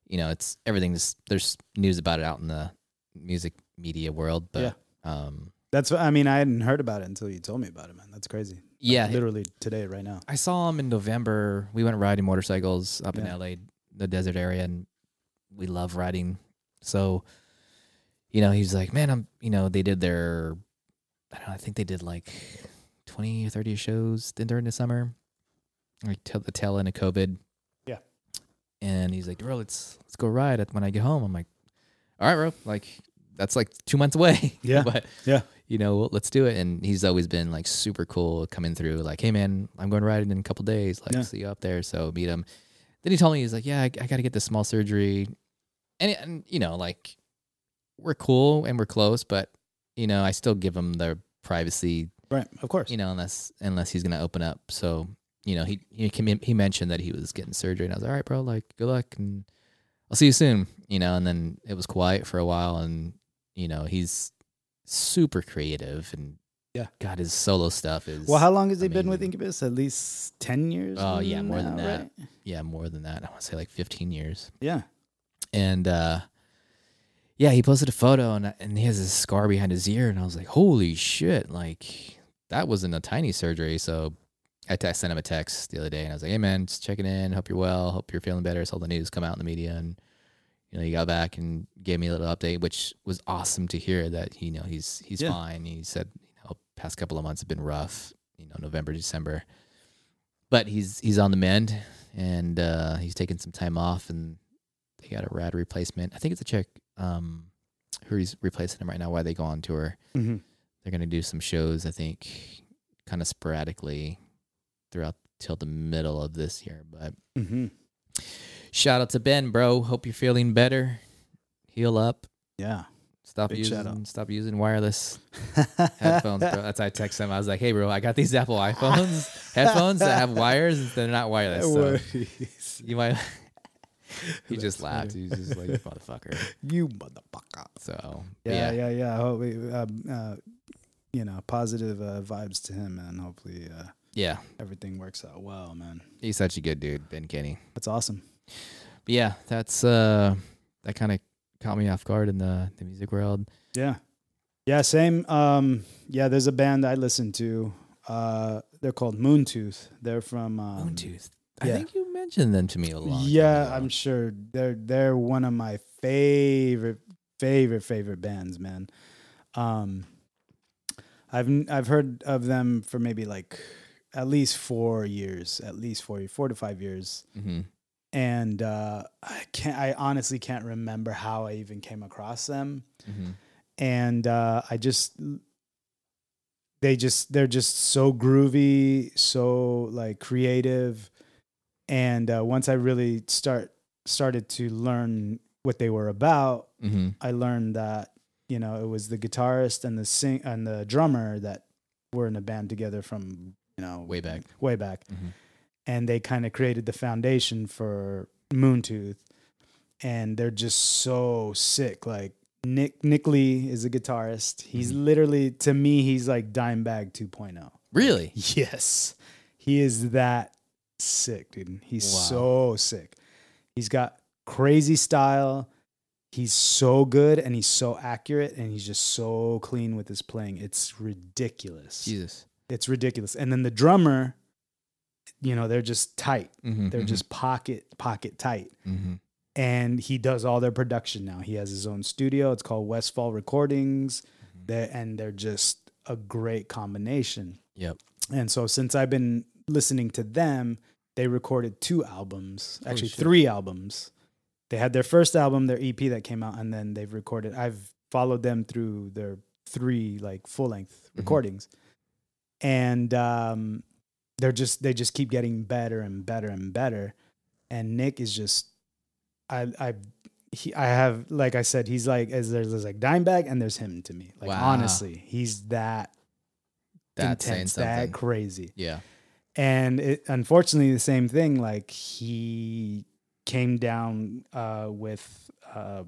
Speaker 4: you know, it's everything's there's news about it out in the music media world, but um,
Speaker 3: That's what I mean. I hadn't heard about it until you told me about it, man. That's crazy. Like,
Speaker 4: yeah,
Speaker 3: literally today, right now.
Speaker 4: I saw him in November. We went riding motorcycles up
Speaker 3: Yeah.
Speaker 4: in LA, the desert area, and we love riding. So, you know, he's like, man, I'm, you know, they did their, I don't know, I think they did like 20 or 30 shows th- during the summer, like till the tail end of COVID.
Speaker 3: Yeah.
Speaker 4: And he's like, bro, let's, let's go ride it when I get home. I'm like, all right, bro. Like, that's like two months away. [laughs]
Speaker 3: Yeah.
Speaker 4: but
Speaker 3: Yeah.
Speaker 4: you know, well, let's do it. And he's always been like super cool coming through, like, hey man, I'm going riding in a couple days. Like,
Speaker 3: Yeah.
Speaker 4: see you up there. So meet him. Then he told me he's like, yeah, I, I got to get this small surgery, and, it- and you know, like, we're cool and we're close, but you know, I still give him the privacy
Speaker 3: Right. Of course.
Speaker 4: you know, unless unless he's gonna open up. So you know, he he came in- he mentioned that he was getting surgery, and I was like, all right, bro, like good luck, and I'll see you soon. You know, and then it was quiet for a while, and you know, he's super creative, and
Speaker 3: Yeah.
Speaker 4: God, his solo stuff is
Speaker 3: Well, how long has he been with
Speaker 4: amazing.
Speaker 3: Incubus? At least 10 years?
Speaker 4: Oh, yeah, more than
Speaker 3: now,
Speaker 4: that.
Speaker 3: right?
Speaker 4: yeah more than that. I want to say like fifteen years,
Speaker 3: Yeah.
Speaker 4: and uh, yeah, he posted a photo, and and he has this scar behind his ear, and I was like, holy shit, like that wasn't a tiny surgery, so I te- sent him a text the other day and I was like, hey man, just checking in. Hope you're well. Hope you're feeling better. Saw the news come out in the media and, you know, he got back and gave me a little update, which was awesome to hear that, you know, he's, he's
Speaker 3: Yeah.
Speaker 4: fine. He said, you know, past couple of months have been rough, you know, November, December, but he's, he's on the mend and, uh, he's taking some time off and they got a rad replacement. I think it's a chick, um, who he's replacing him right now while they go on tour
Speaker 3: Mhm.
Speaker 4: they're going to do some shows i think kind of sporadically throughout till the middle of this year but
Speaker 3: Mhm.
Speaker 4: shout out to ben bro hope you're feeling better heal up
Speaker 3: Yeah.
Speaker 4: stop
Speaker 3: Big shout
Speaker 4: using stop
Speaker 3: [laughs]
Speaker 4: using wireless headphones bro that's how i text him i was like hey bro i got these apple
Speaker 3: [laughs]
Speaker 4: iphones headphones that have wires they're not wireless so
Speaker 3: Worries. [laughs]
Speaker 4: you might [laughs] he just laughed he's just like motherfucker
Speaker 3: [laughs] you motherfucker.
Speaker 4: so
Speaker 3: Yeah,
Speaker 4: yeah,
Speaker 3: yeah, yeah. I hope we, um, uh, you know, positive uh, vibes to him, man. Hopefully uh,
Speaker 4: yeah
Speaker 3: everything works out well, man.
Speaker 4: he's such a good dude ben kenny
Speaker 3: That's awesome.
Speaker 4: But yeah, that's uh that kind of caught me off guard in the the music world.
Speaker 3: Yeah. Yeah, same. Um, yeah, there's a band I listen to. Uh, they're called Moontooth. They're from um,
Speaker 4: Oh, I
Speaker 3: yeah.
Speaker 4: think you mentioned them to me a lot.
Speaker 3: Yeah, I'm sure they're they're one of my favorite favorite favorite bands, man. Um, I've n- I've heard of them for maybe like at least four years, at least four four to five years,
Speaker 4: hmm
Speaker 3: and uh, I can't. I honestly can't remember how I even came across them
Speaker 4: hmm
Speaker 3: and uh, I just they just they're just so groovy, so like creative, and uh, once I really start started to learn what they were about,
Speaker 4: hmm
Speaker 3: I learned that you know it was the guitarist and the sing and the drummer that were in a band together from you know
Speaker 4: Way back.
Speaker 3: way back,
Speaker 4: Mhm.
Speaker 3: and they kind of created the foundation for Moontooth, and they're just so sick. Like Nick Nick Lee is a guitarist. He's
Speaker 4: Mm-hmm.
Speaker 3: literally to me, he's like Dimebag oh. 2.0.
Speaker 4: Really?
Speaker 3: [laughs] Yes, he is that sick, dude. He's so sick. He's got crazy style. He's so good and he's so accurate and he's just so clean with his playing. It's ridiculous.
Speaker 4: Jesus.
Speaker 3: It's ridiculous. And then the drummer, you know, they're just tight.
Speaker 4: Mm-hmm.
Speaker 3: They're just pocket pocket tight.
Speaker 4: hmm
Speaker 3: And he does all their production now. He has his own studio. It's called Westfall Recordings.
Speaker 4: Mm-hmm.
Speaker 3: They're, and they're just a great combination.
Speaker 4: Yep.
Speaker 3: And so since I've been listening to them, they recorded two albums,
Speaker 4: Holy
Speaker 3: actually
Speaker 4: shit.
Speaker 3: three albums. They had their first album, their EP that came out, and then they've recorded. I've followed them through their three like full length
Speaker 4: Mhm.
Speaker 3: recordings, and um, they're just they just keep getting better and better and better. And Nick is just, I I he I have like I said he's like as there's, there's like Dimebag and there's him to me like
Speaker 4: Wow.
Speaker 3: honestly he's that
Speaker 4: That's saying
Speaker 3: intense
Speaker 4: something.
Speaker 3: that crazy
Speaker 4: yeah.
Speaker 3: and it, unfortunately the same thing like he came down uh with uh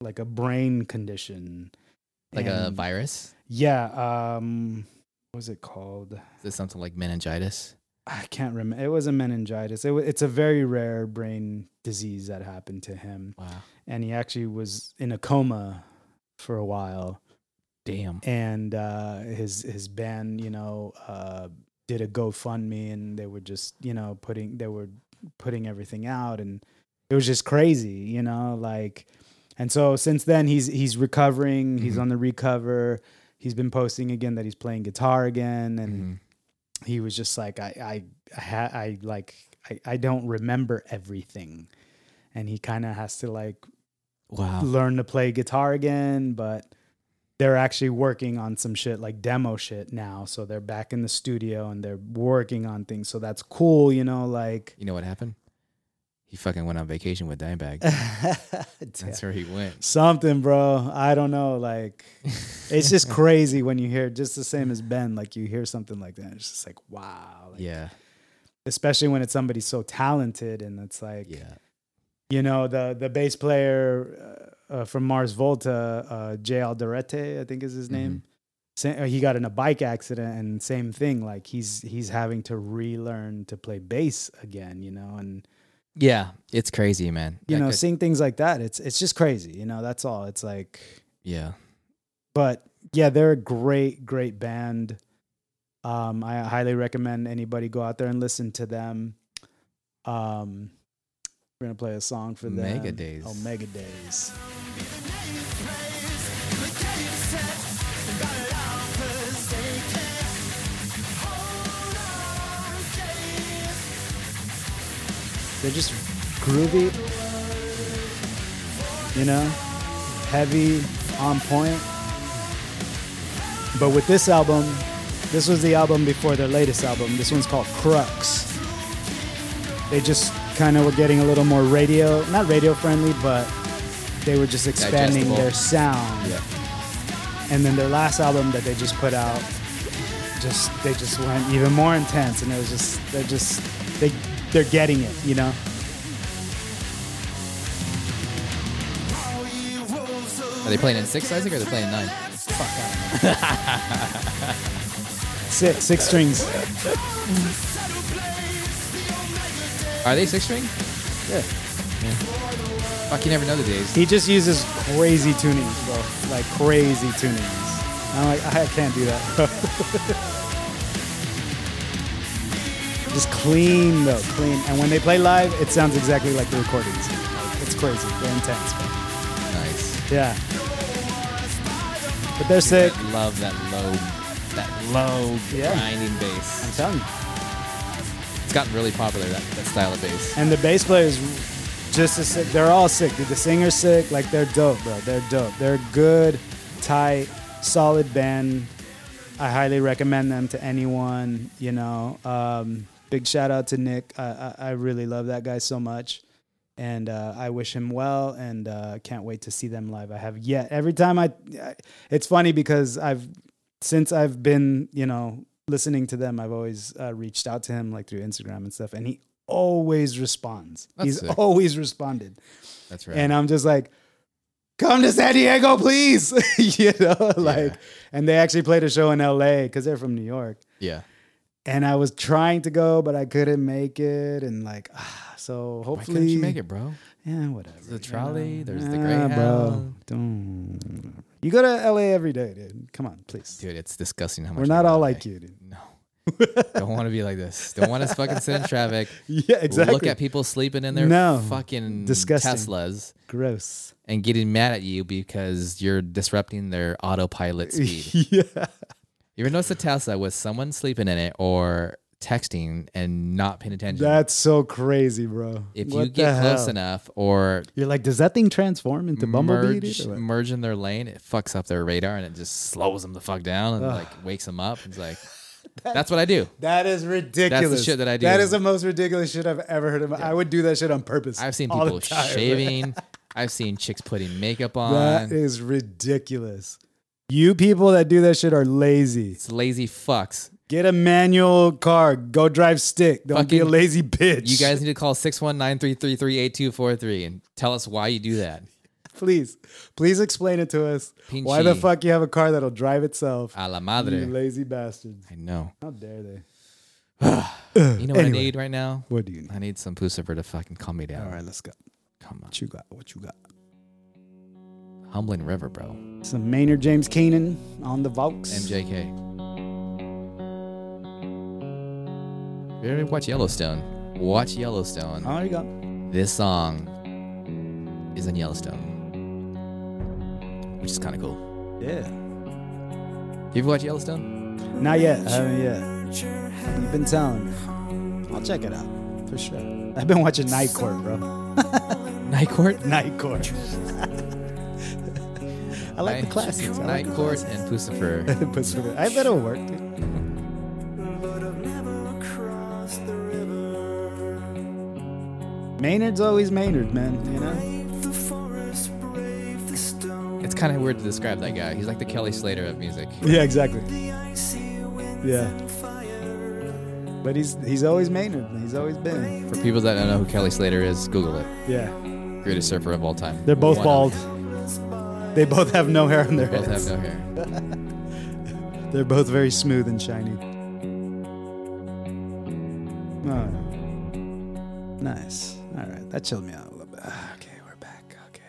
Speaker 3: like a brain condition
Speaker 4: Like a
Speaker 3: And-
Speaker 4: virus.
Speaker 3: yeah um what was it called
Speaker 4: Is this something like meningitis?
Speaker 3: i can't remember it was a meningitis it wa it's a very rare brain disease that happened to him
Speaker 4: Wow.
Speaker 3: and he actually was in a coma for a while
Speaker 4: Damn.
Speaker 3: and uh, his his band, you know, uh, did a GoFundMe, and they were just, you know, putting they were putting everything out, and it was just crazy, you know, like, and so since then he's he's recovering, he's
Speaker 4: Mhm.
Speaker 3: on the recover, he's been posting again that he's playing guitar again, and
Speaker 4: Mhm.
Speaker 3: he was just like I I I, ha- I like I, I don't remember everything, and he kind of has to like
Speaker 4: Wow.
Speaker 3: learn to play guitar again, but they're actually working on some shit like demo shit now. So they're back in the studio and they're working on things. So that's cool, you know,
Speaker 4: [laughs]
Speaker 3: like
Speaker 4: You know what happened? He fucking went on vacation with [laughs] Dimebag. That's where he [laughs] went.
Speaker 3: something, bro. I don't know. Like it's
Speaker 4: [laughs]
Speaker 3: just crazy when you hear just the same as Ben, like you hear something like that. It's just like wow. Like,
Speaker 4: Yeah.
Speaker 3: Especially when it's somebody so talented and it's like
Speaker 4: Yeah.
Speaker 3: you know the the bass player uh, uh, from Mars Volta, uh, Jay Alderete, I think is his name.
Speaker 4: Mm-hmm.
Speaker 3: Sa- uh, he got in a bike accident, and same thing. Like he's he's having to relearn to play bass again, you know, and
Speaker 4: Yeah. It's crazy, man.
Speaker 3: you
Speaker 4: That
Speaker 3: know
Speaker 4: could-
Speaker 3: seeing things like that, it's it's just crazy, you know. That's all. It's like,
Speaker 4: yeah.
Speaker 3: but yeah, they're a great great band. Um, I highly recommend anybody go out there and listen to them. Um, we're gonna play a song for them.
Speaker 4: Mega Days.
Speaker 3: Oh, Mega Days. They're just groovy, you know, heavy, on point. But with this album, this was the album before their latest album. This one's called Crux. They just kind of were getting a little more radio, not radio friendly, but they were just expanding
Speaker 4: Digestible.
Speaker 3: their sound. And then their last album that they just put out, just they just went even more intense, and it was just they're just they they're getting it, you know.
Speaker 4: Are they playing in six, Isaac, or are they playing in nine?
Speaker 3: Six six strings.
Speaker 4: Are they six string?
Speaker 3: Yeah.
Speaker 4: Fuck, you never know the days.
Speaker 3: He just uses crazy tunings, bro. Like crazy tunings. I'm like, I can't do that, bro. [laughs] just clean though, clean. And when they play live, it sounds exactly like the recordings. Like, it's crazy. They're intense, bro.
Speaker 4: Nice.
Speaker 3: Yeah. But they're sick.
Speaker 4: I love that low, that low
Speaker 3: Yeah.
Speaker 4: grinding bass.
Speaker 3: I'm telling you.
Speaker 4: It's gotten really popular that, that style of bass.
Speaker 3: And the bass players, just as sick. They're all sick, dude. The singer's sick. Like they're dope, bro. They're dope. They're a good, tight, solid band. I highly recommend them to anyone. You know, um, big shout out to Nick. I, I, I really love that guy so much. And uh, I wish him well, and uh, can't wait to see them live. I have yet every time I, I. It's funny because I've since I've been you know listening to them, I've always uh, reached out to him like through Instagram and stuff, and he always responds.
Speaker 4: That's
Speaker 3: He's
Speaker 4: sick.
Speaker 3: always responded,
Speaker 4: That's right.
Speaker 3: and uh, I'm just like, come to San Diego, please. [laughs] you know, like,
Speaker 4: Yeah.
Speaker 3: and they actually played a show in L.A. because they're from New York,
Speaker 4: yeah.
Speaker 3: and I was trying to go, but I couldn't make it, and like, ah, so
Speaker 4: Why
Speaker 3: hopefully,
Speaker 4: couldn't you make it, bro?
Speaker 3: yeah, whatever.
Speaker 4: The trolley, there's the
Speaker 3: Ah, bro,
Speaker 4: Greyhound.
Speaker 3: don't. You go to L.A. every day, dude. Come on, please.
Speaker 4: Dude, it's disgusting how much
Speaker 3: We're not
Speaker 4: money
Speaker 3: all
Speaker 4: I
Speaker 3: like
Speaker 4: make.
Speaker 3: you, dude. [laughs]
Speaker 4: No. Don't want to be like this. Don't want to fucking sit in traffic.
Speaker 3: Yeah, [laughs] exactly.
Speaker 4: Look at people sleeping in their
Speaker 3: No.
Speaker 4: fucking
Speaker 3: Disgusting.
Speaker 4: Teslas
Speaker 3: Gross.
Speaker 4: and getting mad at you because you're disrupting their autopilot speed.
Speaker 3: [laughs] yeah.
Speaker 4: you ever notice a Tesla with someone sleeping in it or texting and not paying attention?
Speaker 3: That's so crazy, bro.
Speaker 4: if
Speaker 3: What
Speaker 4: you
Speaker 3: the
Speaker 4: get close
Speaker 3: hell?
Speaker 4: enough or
Speaker 3: you're like, does that thing transform into Bumblebee? dude,
Speaker 4: merge,
Speaker 3: or what?
Speaker 4: merge in their lane, it fucks up their radar and it just slows them the fuck down and like wakes them up. It's like, that's what I do.
Speaker 3: [laughs] That is ridiculous.
Speaker 4: shit that I do.
Speaker 3: That is the most ridiculous shit I've ever heard of. I would do that shit on purpose.
Speaker 4: I've seen
Speaker 3: all the
Speaker 4: people
Speaker 3: time. [laughs]
Speaker 4: shaving. I've seen chicks putting makeup on.
Speaker 3: That is ridiculous. You people that do that shit are lazy.
Speaker 4: it's lazy fucks.
Speaker 3: Get a manual car. Go drive stick. Don't be a
Speaker 4: Fucking-
Speaker 3: lazy bitch.
Speaker 4: You guys need to call 619-333-8243 and tell us why you do that.
Speaker 3: please, please explain it to us. Why
Speaker 4: Pinchy.
Speaker 3: the fuck you have a car that'll drive itself?
Speaker 4: A la
Speaker 3: You
Speaker 4: madre.
Speaker 3: lazy bastards.
Speaker 4: I know.
Speaker 3: How dare they?
Speaker 4: You know what
Speaker 3: Anyway.
Speaker 4: I need right now?
Speaker 3: What do you need?
Speaker 4: I need some Pucifer to fucking calm me down.
Speaker 3: All right, let's go.
Speaker 4: Come on.
Speaker 3: What you got? What you got?
Speaker 4: Humbling River, bro.
Speaker 3: Some Maynard James Keenan on the Vox.
Speaker 4: MJK. You ever watch Yellowstone? Watch Yellowstone.
Speaker 3: Oh, there you go.
Speaker 4: This song is in Yellowstone, which is kind of cool.
Speaker 3: Yeah.
Speaker 4: You ever watch Yellowstone?
Speaker 3: Not yet. I haven't yet. You've been telling me. I'll check it out for sure. I've been watching Night Court, bro.
Speaker 4: Night Court.
Speaker 3: Night Court. [laughs] I like the
Speaker 4: Night-
Speaker 3: classics. I like
Speaker 4: Night
Speaker 3: the
Speaker 4: Court and Pucifer.
Speaker 3: classics. Puts for [laughs] the- I bet it'll work. dude. Maynard's always Maynard, man. You know,
Speaker 4: It's kind of weird to describe that guy. He's like the Kelly Slater of music.
Speaker 3: Yeah, exactly. Yeah. But he's he's always Maynard. He's always been.
Speaker 4: For people that don't know who Kelly Slater is, Google it.
Speaker 3: Yeah.
Speaker 4: Greatest surfer of all time.
Speaker 3: They're both
Speaker 4: One
Speaker 3: bald.
Speaker 4: of-
Speaker 3: They both have no hair on their
Speaker 4: Both
Speaker 3: heads.
Speaker 4: have no hair.
Speaker 3: They're both very smooth and shiny. Oh. Nice. All right. That chilled me out a little bit. Ah, Okay, we're back. Okay.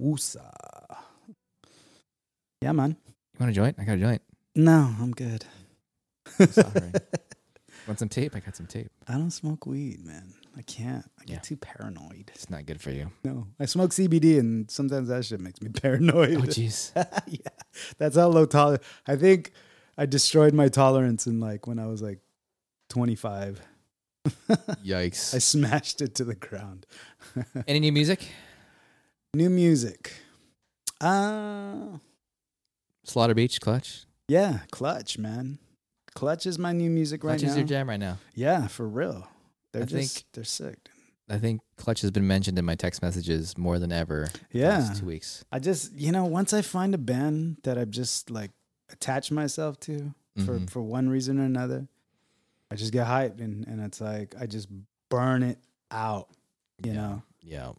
Speaker 3: Woosa. Yeah, man.
Speaker 4: You want a joint? I got a joint.
Speaker 3: No, I'm good.
Speaker 4: Sorry. want some tape? I got some tape.
Speaker 3: [laughs] I don't smoke weed, man. I can't. I get
Speaker 4: Yeah.
Speaker 3: too paranoid.
Speaker 4: It's not good for you.
Speaker 3: No, I smoke CBD, and sometimes that shit makes me [laughs] paranoid.
Speaker 4: Oh, jeez.
Speaker 3: yeah, that's how low tolerance. I think I destroyed my tolerance in like when I was like [laughs] 25. I
Speaker 4: [laughs] Yikes.
Speaker 3: smashed it to the ground. [laughs]
Speaker 4: Any new music?
Speaker 3: New music. Uh
Speaker 4: Slaughter Beach, Clutch.
Speaker 3: yeah, Clutch, man. Clutch is my new music right
Speaker 4: Clutch
Speaker 3: now.
Speaker 4: is your jam right now.
Speaker 3: yeah, for real. They're
Speaker 4: I
Speaker 3: just
Speaker 4: think-
Speaker 3: they're sick. dude.
Speaker 4: I think Clutch has been mentioned in my text messages more than ever. the
Speaker 3: Yeah.
Speaker 4: Last two weeks.
Speaker 3: I just, you know, once I find a band that I've just like attached myself to for
Speaker 4: Mhm.
Speaker 3: for one reason or another, I just get hyped and and it's like I just burn it out, you
Speaker 4: Yeah.
Speaker 3: know.
Speaker 4: Yeah.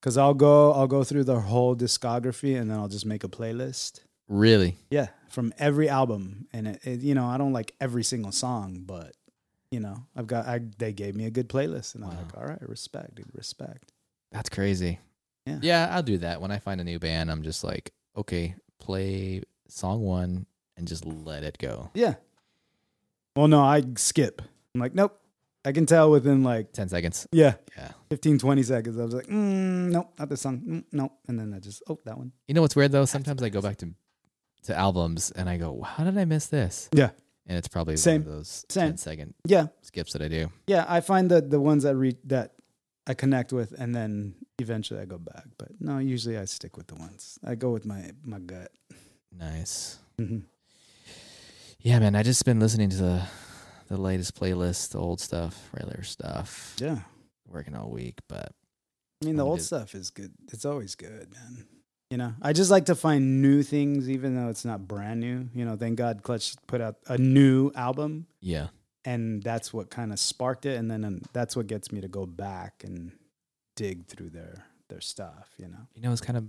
Speaker 3: Cause I'll go, I'll go through the whole discography and then I'll just make a playlist.
Speaker 4: Really?
Speaker 3: Yeah, from every album, and it, it, you know I don't like every single song, but you know I've got I they gave me a good playlist, and I'm
Speaker 4: Wow.
Speaker 3: like, all right, respect, dude, respect.
Speaker 4: That's crazy.
Speaker 3: Yeah.
Speaker 4: I'll do that. When I find a new band, I'm just like, okay, play song one and just let it go.
Speaker 3: Yeah. Well, no, I skip. I'm like, nope. I can tell within like
Speaker 4: 10 seconds.
Speaker 3: yeah,
Speaker 4: Yeah.
Speaker 3: 15, 20 seconds. I was like, mm, nope, not this song. Mm, nope, and then I just oh that one.
Speaker 4: You know what's weird though? Sometimes I go back to to albums and I go, how did I miss this?
Speaker 3: Yeah.
Speaker 4: And it's probably
Speaker 3: Same.
Speaker 4: one of those
Speaker 3: Same.
Speaker 4: 10 second
Speaker 3: Yeah,
Speaker 4: skips that I do.
Speaker 3: yeah. I find that the ones that re- that I connect with, and then eventually I go back. But no, usually I stick with the ones. I go with my my gut.
Speaker 4: Nice.
Speaker 3: Mhm.
Speaker 4: Yeah, man. I just been listening to the the latest playlist, the old stuff, regular stuff.
Speaker 3: Yeah.
Speaker 4: Working all week, but
Speaker 3: I mean, the
Speaker 4: Only
Speaker 3: old
Speaker 4: good.
Speaker 3: stuff is good. It's always good, man. You know, I just like to find new things, even though it's not brand new. You know, thank God Clutch put out a new album,
Speaker 4: yeah.
Speaker 3: and that's what kind of sparked it. And then um, that's what gets me to go back and dig through their their stuff. You know,
Speaker 4: You know, it's kind of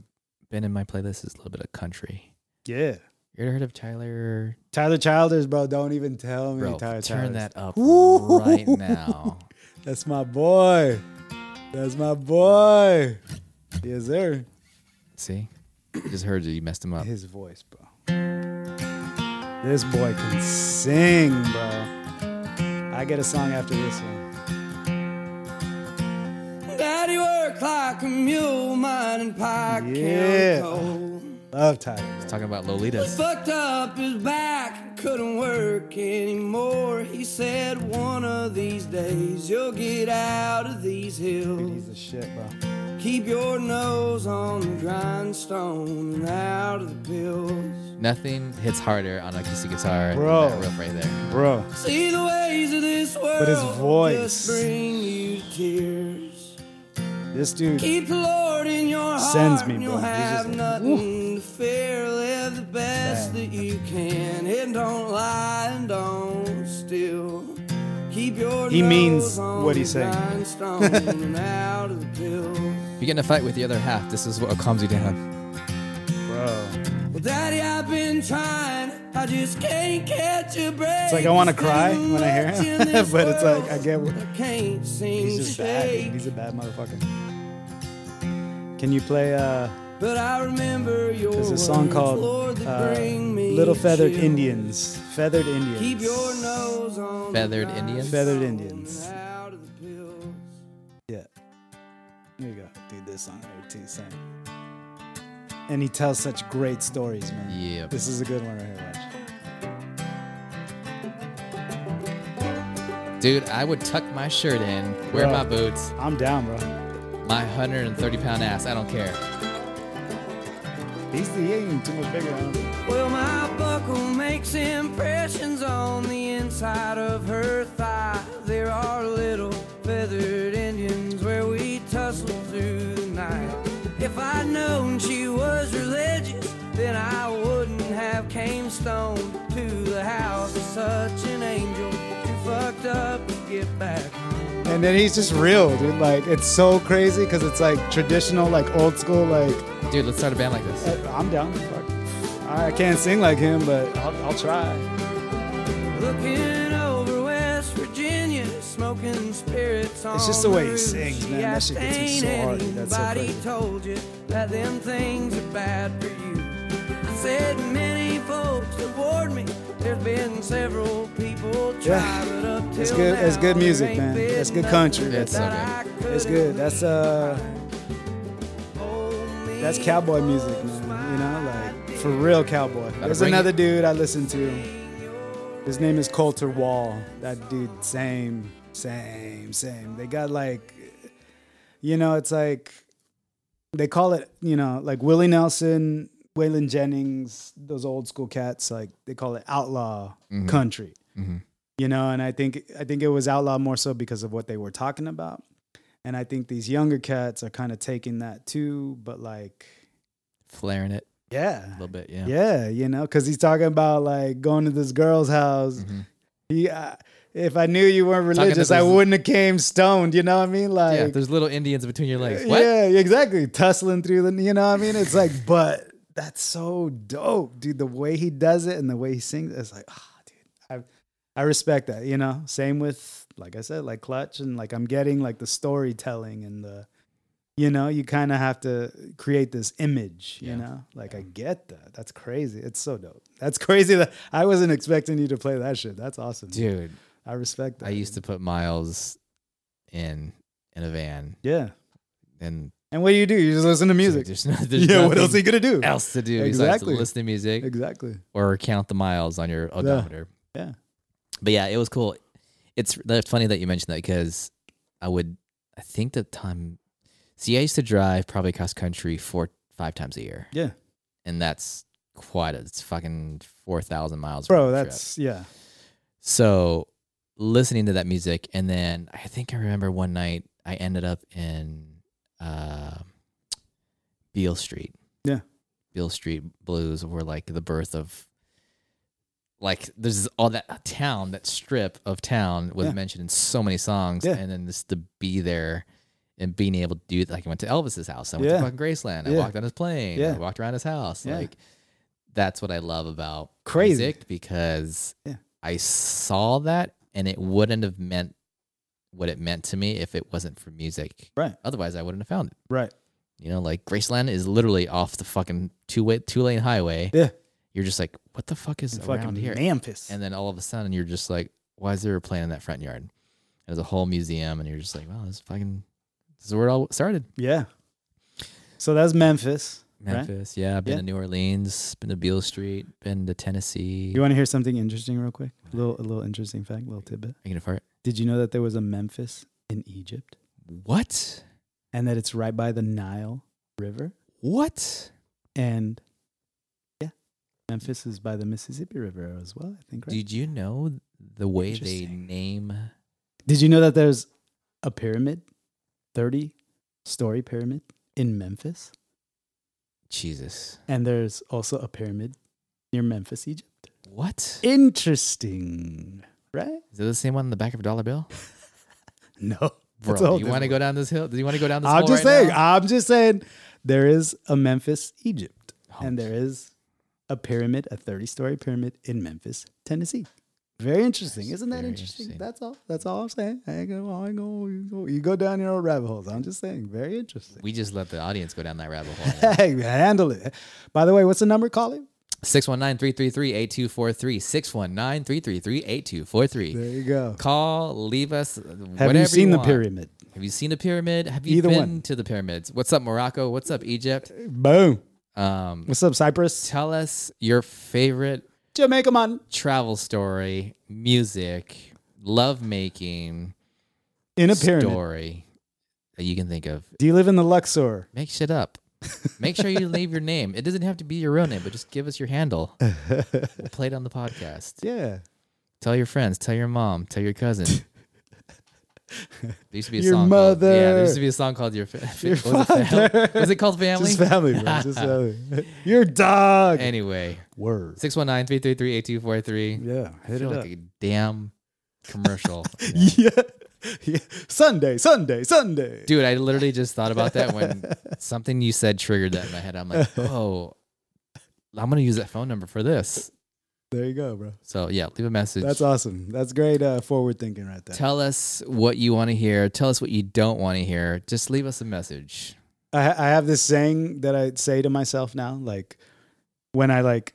Speaker 4: been in my playlist is a little bit of country.
Speaker 3: yeah.
Speaker 4: You ever heard of Tyler?
Speaker 3: Tyler Childers, bro. Don't even tell me
Speaker 4: Bro,
Speaker 3: Tyler
Speaker 4: turn
Speaker 3: Childers.
Speaker 4: that
Speaker 3: [laughs]
Speaker 4: up
Speaker 3: Woo!
Speaker 4: right now.
Speaker 3: That's my boy. That's my boy. Yes, sir. [laughs]
Speaker 4: See, just heard you, you messed him up.
Speaker 3: His voice, bro. This boy can sing, bro. I get a song after this one.
Speaker 2: Daddy worked like a mule mining pie
Speaker 3: Yeah.
Speaker 2: yeah. coal.
Speaker 3: Love Tyler.
Speaker 4: Talking about Lolitas.
Speaker 2: Fucked up his back, couldn't work anymore. He said, One of these days you'll get out of these
Speaker 3: Dude,
Speaker 2: hills.
Speaker 3: he's the shit, bro.
Speaker 2: Keep your nose on the grindstone and out of the pills.
Speaker 4: Nothing hits harder on a acoustic guitar
Speaker 3: Bro.
Speaker 4: than that riff right there.
Speaker 3: Bro,
Speaker 2: See the ways of this world
Speaker 3: his voice.
Speaker 2: just bring you tears.
Speaker 3: this dude.
Speaker 2: Keep the Lord in your heart.
Speaker 3: Sends me,
Speaker 2: and
Speaker 3: bro.
Speaker 2: You'll
Speaker 3: He's
Speaker 2: have
Speaker 3: just like,
Speaker 2: nothing to fear. Live the best that you can. And don't lie and don't steal. Keep your
Speaker 3: He
Speaker 2: nose
Speaker 3: means
Speaker 2: on
Speaker 3: what
Speaker 2: the
Speaker 3: he's saying. [laughs]
Speaker 2: grindstone and out of the pills.
Speaker 4: If you get in a fight with the other half, this is what calms you down.
Speaker 3: Bro.
Speaker 2: Well, Daddy, I've been trying. I just can't catch a break.
Speaker 3: It's like I want to cry when I hear him, [laughs] but it's like I get what.
Speaker 2: I can't seem
Speaker 3: He's just
Speaker 2: to
Speaker 3: bad.
Speaker 2: shake.
Speaker 3: dude. He's a bad motherfucker. Can you play uh
Speaker 2: But I remember your
Speaker 3: there's a song
Speaker 2: words,
Speaker 3: called
Speaker 2: Lord, that
Speaker 3: uh,
Speaker 2: bring me
Speaker 3: Little Feathered
Speaker 2: chills.
Speaker 3: Indians. Feathered Indians.
Speaker 2: Keep your nose on the
Speaker 4: Feathered
Speaker 2: ground
Speaker 4: Indians?
Speaker 3: Feathered Indians.
Speaker 2: and out of the pills.
Speaker 3: Yeah. There you go. Dude, this song right here too, same. And he tells such great stories, man.
Speaker 4: Yeah.
Speaker 3: This is a good one right here, watch.
Speaker 4: Dude, I would tuck my shirt in, wear
Speaker 3: Bro.
Speaker 4: my boots,
Speaker 3: I'm down, bro.
Speaker 4: My 130 pound ass, I don't care.
Speaker 3: He's he ain't even too much bigger. I don't think.
Speaker 2: Well, my buckle makes impressions on the inside of her thigh. There are little feathered Indians where we tussle through the night. If I'd known she was religious, then I wouldn't have came stoned to the house of such an angel. Too fucked up to get back.
Speaker 3: And then he's just real, dude. Like it's so crazy because it's like traditional, like old school, like
Speaker 4: Dude, let's start a band like this.
Speaker 3: eh, I'm down. Fuck. I can't sing like him, but I'll, I'll try.
Speaker 2: Looking over West Virginia, smoking spirits on
Speaker 3: It's just the way he
Speaker 2: roof.
Speaker 3: sings,
Speaker 2: She
Speaker 3: man. That shit gets me
Speaker 2: asked,
Speaker 3: so
Speaker 2: "Ain't
Speaker 3: hard, dude. That's so
Speaker 2: anybody
Speaker 3: crazy."
Speaker 2: told you that them things are bad for you. I said many folks have warned me. There's been several people try,
Speaker 3: Yeah.
Speaker 2: but up till
Speaker 3: It's good. It's
Speaker 2: now,
Speaker 3: good
Speaker 2: there
Speaker 3: music,
Speaker 2: ain't
Speaker 3: man.
Speaker 2: been
Speaker 3: That's good
Speaker 2: nothing
Speaker 3: country. That's
Speaker 4: It's so
Speaker 2: that I
Speaker 3: It's
Speaker 2: couldn't
Speaker 3: good. That's uh,
Speaker 2: hold me
Speaker 3: that's cowboy music, man. You know, like for real cowboy. There's
Speaker 4: bring
Speaker 3: another
Speaker 4: it.
Speaker 3: dude I listen to. His name is Coulter Wall. That dude, same, same, same. They got like, you know, it's like they call it, you know, like Willie Nelson, Waylon Jennings, those old school cats. Like they call it outlaw
Speaker 4: Mm-hmm.
Speaker 3: country. You know, and I think I think it was outlaw more so because of what they were talking about. And I think these younger cats are kind of taking that too, but like,
Speaker 4: Flaring it a
Speaker 3: yeah,
Speaker 4: little bit, yeah.
Speaker 3: yeah, you know, because he's talking about like going to this girl's house. He, uh, if I knew you weren't
Speaker 4: Mm-hmm. Talking to
Speaker 3: religious, I
Speaker 4: this-
Speaker 3: wouldn't have came stoned. You know what I mean?
Speaker 4: Yeah,
Speaker 3: Like,
Speaker 4: there's little Indians between your legs.
Speaker 3: yeah,
Speaker 4: What?
Speaker 3: exactly. Tussling through the, you know what I mean? It's like, but that's so dope, dude. The way he does it and the way he sings, it's like, ah, dude, I, I respect that. You know, same with like I said, like Clutch and like I'm getting like the storytelling and the. You know, you kind of have to create this image, you
Speaker 4: Yeah.
Speaker 3: know? Like, I get that. That's crazy. It's so dope. That's [laughs] crazy that I wasn't expecting you to play that shit. That's awesome.
Speaker 4: Dude,
Speaker 3: I respect that.
Speaker 4: I used to put Miles in in a van
Speaker 3: Yeah.
Speaker 4: and
Speaker 3: And what do you do? You just listen to music. [laughs]
Speaker 4: There's, no, there's
Speaker 3: yeah, what else are
Speaker 4: nothing
Speaker 3: you going to do?
Speaker 4: else
Speaker 3: [laughs]
Speaker 4: to do besides to
Speaker 3: Exactly.
Speaker 4: listen to music
Speaker 3: Exactly.
Speaker 4: or count the miles on your odometer.
Speaker 3: Yeah.
Speaker 4: But yeah, it was cool. It's that's funny that you mentioned that because I would I think the time see I used to drive probably across country four five times a year.
Speaker 3: Yeah.
Speaker 4: And that's quite a, it's fucking four thousand miles.
Speaker 3: Bro,
Speaker 4: round trip.
Speaker 3: that's yeah.
Speaker 4: so listening to that music and then I think I remember one night I ended up in uh Beale Street.
Speaker 3: Yeah.
Speaker 4: Beale Street blues were like the birth of like there's all that town, that strip of town was
Speaker 3: Yeah.
Speaker 4: mentioned in so many songs.
Speaker 3: Yeah.
Speaker 4: And then just to be there and being able to do it. Like I went to Elvis's house. I went
Speaker 3: Yeah.
Speaker 4: to fucking Graceland. I
Speaker 3: Yeah.
Speaker 4: walked on his plane.
Speaker 3: Yeah.
Speaker 4: I walked around his house.
Speaker 3: Yeah.
Speaker 4: Like that's what I love about
Speaker 3: Crazy.
Speaker 4: music because
Speaker 3: Yeah.
Speaker 4: I saw that and it wouldn't have meant what it meant to me if it wasn't for music.
Speaker 3: Right.
Speaker 4: Otherwise, I wouldn't have found it.
Speaker 3: Right.
Speaker 4: You know, like Graceland is literally off the fucking two way two lane highway.
Speaker 3: Yeah.
Speaker 4: You're just like, what the fuck is
Speaker 3: Fucking
Speaker 4: around here?
Speaker 3: Memphis.
Speaker 4: And then all of a sudden, you're just like, why is there a plane in that front yard? There's a whole museum, and you're just like, wow, this fucking this is where it all started.
Speaker 3: yeah. So that's Memphis. Right?
Speaker 4: Memphis, yeah. I've been
Speaker 3: Yeah.
Speaker 4: to New Orleans, been to Beale Street, been to Tennessee.
Speaker 3: You want to hear something interesting real quick? A little a little interesting fact, little tidbit.
Speaker 4: Are you gonna fart?
Speaker 3: Did you know that there was a Memphis in Egypt?
Speaker 4: What?
Speaker 3: And that it's right by the Nile River?
Speaker 4: What?
Speaker 3: And yeah. Memphis is by the Mississippi River as well, I think, right?
Speaker 4: Did you know the way they
Speaker 3: Interesting.
Speaker 4: name?
Speaker 3: Did you know that there's a pyramid, 30 story pyramid in Memphis?
Speaker 4: Jesus.
Speaker 3: And there's also a pyramid near Memphis, Egypt.
Speaker 4: What?
Speaker 3: Interesting, right?
Speaker 4: Is it the same one in the back of a
Speaker 3: [laughs]
Speaker 4: dollar bill?
Speaker 3: No.
Speaker 4: Bro,
Speaker 3: It's all
Speaker 4: you want to
Speaker 3: different.
Speaker 4: go down this hill? Do you want to go down this
Speaker 3: I'm
Speaker 4: hole
Speaker 3: just
Speaker 4: right
Speaker 3: saying,
Speaker 4: now?
Speaker 3: I'm just saying there is a Memphis, Egypt.
Speaker 4: Oh,
Speaker 3: And there is a pyramid, a 30 story pyramid in Memphis, Tennessee. Very interesting.
Speaker 4: That's
Speaker 3: Isn't that
Speaker 4: very
Speaker 3: interesting?
Speaker 4: interesting.
Speaker 3: That's all. That's all I'm saying. I ain't gonna, I ain't gonna- you go, you go down your own rabbit holes. I'm just saying, very interesting. [laughs]
Speaker 4: We just let the audience go down that rabbit hole.
Speaker 3: Hey, handle it. By the way, what's the number? Call it.
Speaker 4: 619 333 8243. 619 333 8243.
Speaker 3: There you go.
Speaker 4: Call, leave us. uh,
Speaker 3: Have
Speaker 4: whatever
Speaker 3: you seen the
Speaker 4: want.
Speaker 3: pyramid?
Speaker 4: Have you seen the pyramid? Have you
Speaker 3: Either
Speaker 4: been
Speaker 3: one.
Speaker 4: to the pyramids? What's up, Morocco? What's up, Egypt?
Speaker 3: Boom.
Speaker 4: Um,
Speaker 3: What's up, Cyprus?
Speaker 4: tell us your favorite
Speaker 3: Jamaica, man.
Speaker 4: travel story, music, love making
Speaker 3: In a pyramid.
Speaker 4: story. that you can think of.
Speaker 3: Do you live in the Luxor?
Speaker 4: Make shit up. Make sure you leave your name. It doesn't have to be your real name, but just give us your handle. We'll play it on the podcast.
Speaker 3: Yeah.
Speaker 4: Tell your friends. Tell your mom. Tell your cousin. There used to be a
Speaker 3: Your
Speaker 4: song Called, yeah, there
Speaker 3: mother.
Speaker 4: usher to be a song called "Your, fa-
Speaker 3: Your
Speaker 4: was, it fam- was it called "Family"?
Speaker 3: Just family, bro.
Speaker 4: [laughs]
Speaker 3: Just family. [laughs] Your dog.
Speaker 4: Anyway,
Speaker 3: Word.
Speaker 4: 619-333-8243.
Speaker 3: Yeah.
Speaker 4: I
Speaker 3: Hit
Speaker 4: feel
Speaker 3: it
Speaker 4: like
Speaker 3: [laughs] up.
Speaker 4: a damn commercial.
Speaker 3: [laughs] Yeah. yeah. Sunday, Sunday, Sunday.
Speaker 4: Dude, I literally just thought about that when
Speaker 3: [laughs]
Speaker 4: something you said triggered that in my head. I'm like, oh, I'm gonna use that phone number for this.
Speaker 3: There you go, bro.
Speaker 4: So yeah, leave a message.
Speaker 3: That's awesome. That's great uh, forward thinking right there.
Speaker 4: Tell us what you want to hear. Tell us what you don't want to hear. Just leave us a message.
Speaker 3: I, ha- I have this saying that I say to myself now, like when I like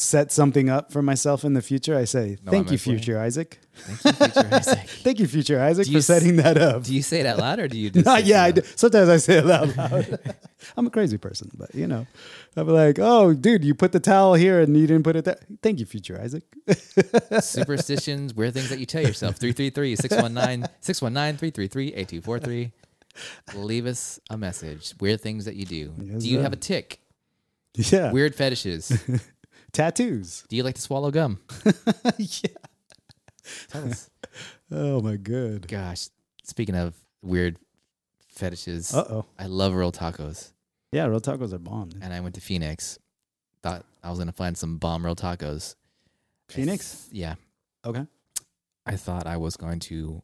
Speaker 3: set something up for myself in the future, I say,
Speaker 4: No,
Speaker 3: "Thank
Speaker 4: I'm
Speaker 3: you,
Speaker 4: a fool."
Speaker 3: future
Speaker 4: [laughs]
Speaker 3: Isaac.
Speaker 4: Thank you,
Speaker 3: [laughs]
Speaker 4: future Isaac.
Speaker 3: Thank you, future Isaac,
Speaker 4: Do
Speaker 3: for
Speaker 4: you s-
Speaker 3: setting that up."
Speaker 4: Do you say it out loud or do [laughs] you just
Speaker 3: Not
Speaker 4: say it
Speaker 3: yeah, I
Speaker 4: out
Speaker 3: do. sometimes I say it out loud. [laughs] I'm a crazy person, but you know, I'm like, "Oh, dude, you put the towel here and you didn't put it there." Thank you, future Isaac. [laughs]
Speaker 4: loud? Superstitions, weird things that you tell yourself. 333-619-619-333-8243. Leave us a message. Weird things that you do.
Speaker 3: Yes,
Speaker 4: do you
Speaker 3: sir.
Speaker 4: have a tick?
Speaker 3: yeah,
Speaker 4: Weird fetishes.
Speaker 3: tattoos.
Speaker 4: Do you like to swallow gum?
Speaker 3: [laughs] yeah.
Speaker 4: Tell us.
Speaker 3: Oh my god.
Speaker 4: Gosh, speaking of weird fetishes,
Speaker 3: Uh oh.
Speaker 4: I love real tacos.
Speaker 3: Yeah, real tacos are bomb. dude.
Speaker 4: And I went to Phoenix. Thought I was gonna find some bomb real tacos. I
Speaker 3: Phoenix.
Speaker 4: th- yeah.
Speaker 3: Okay.
Speaker 4: I thought I was going to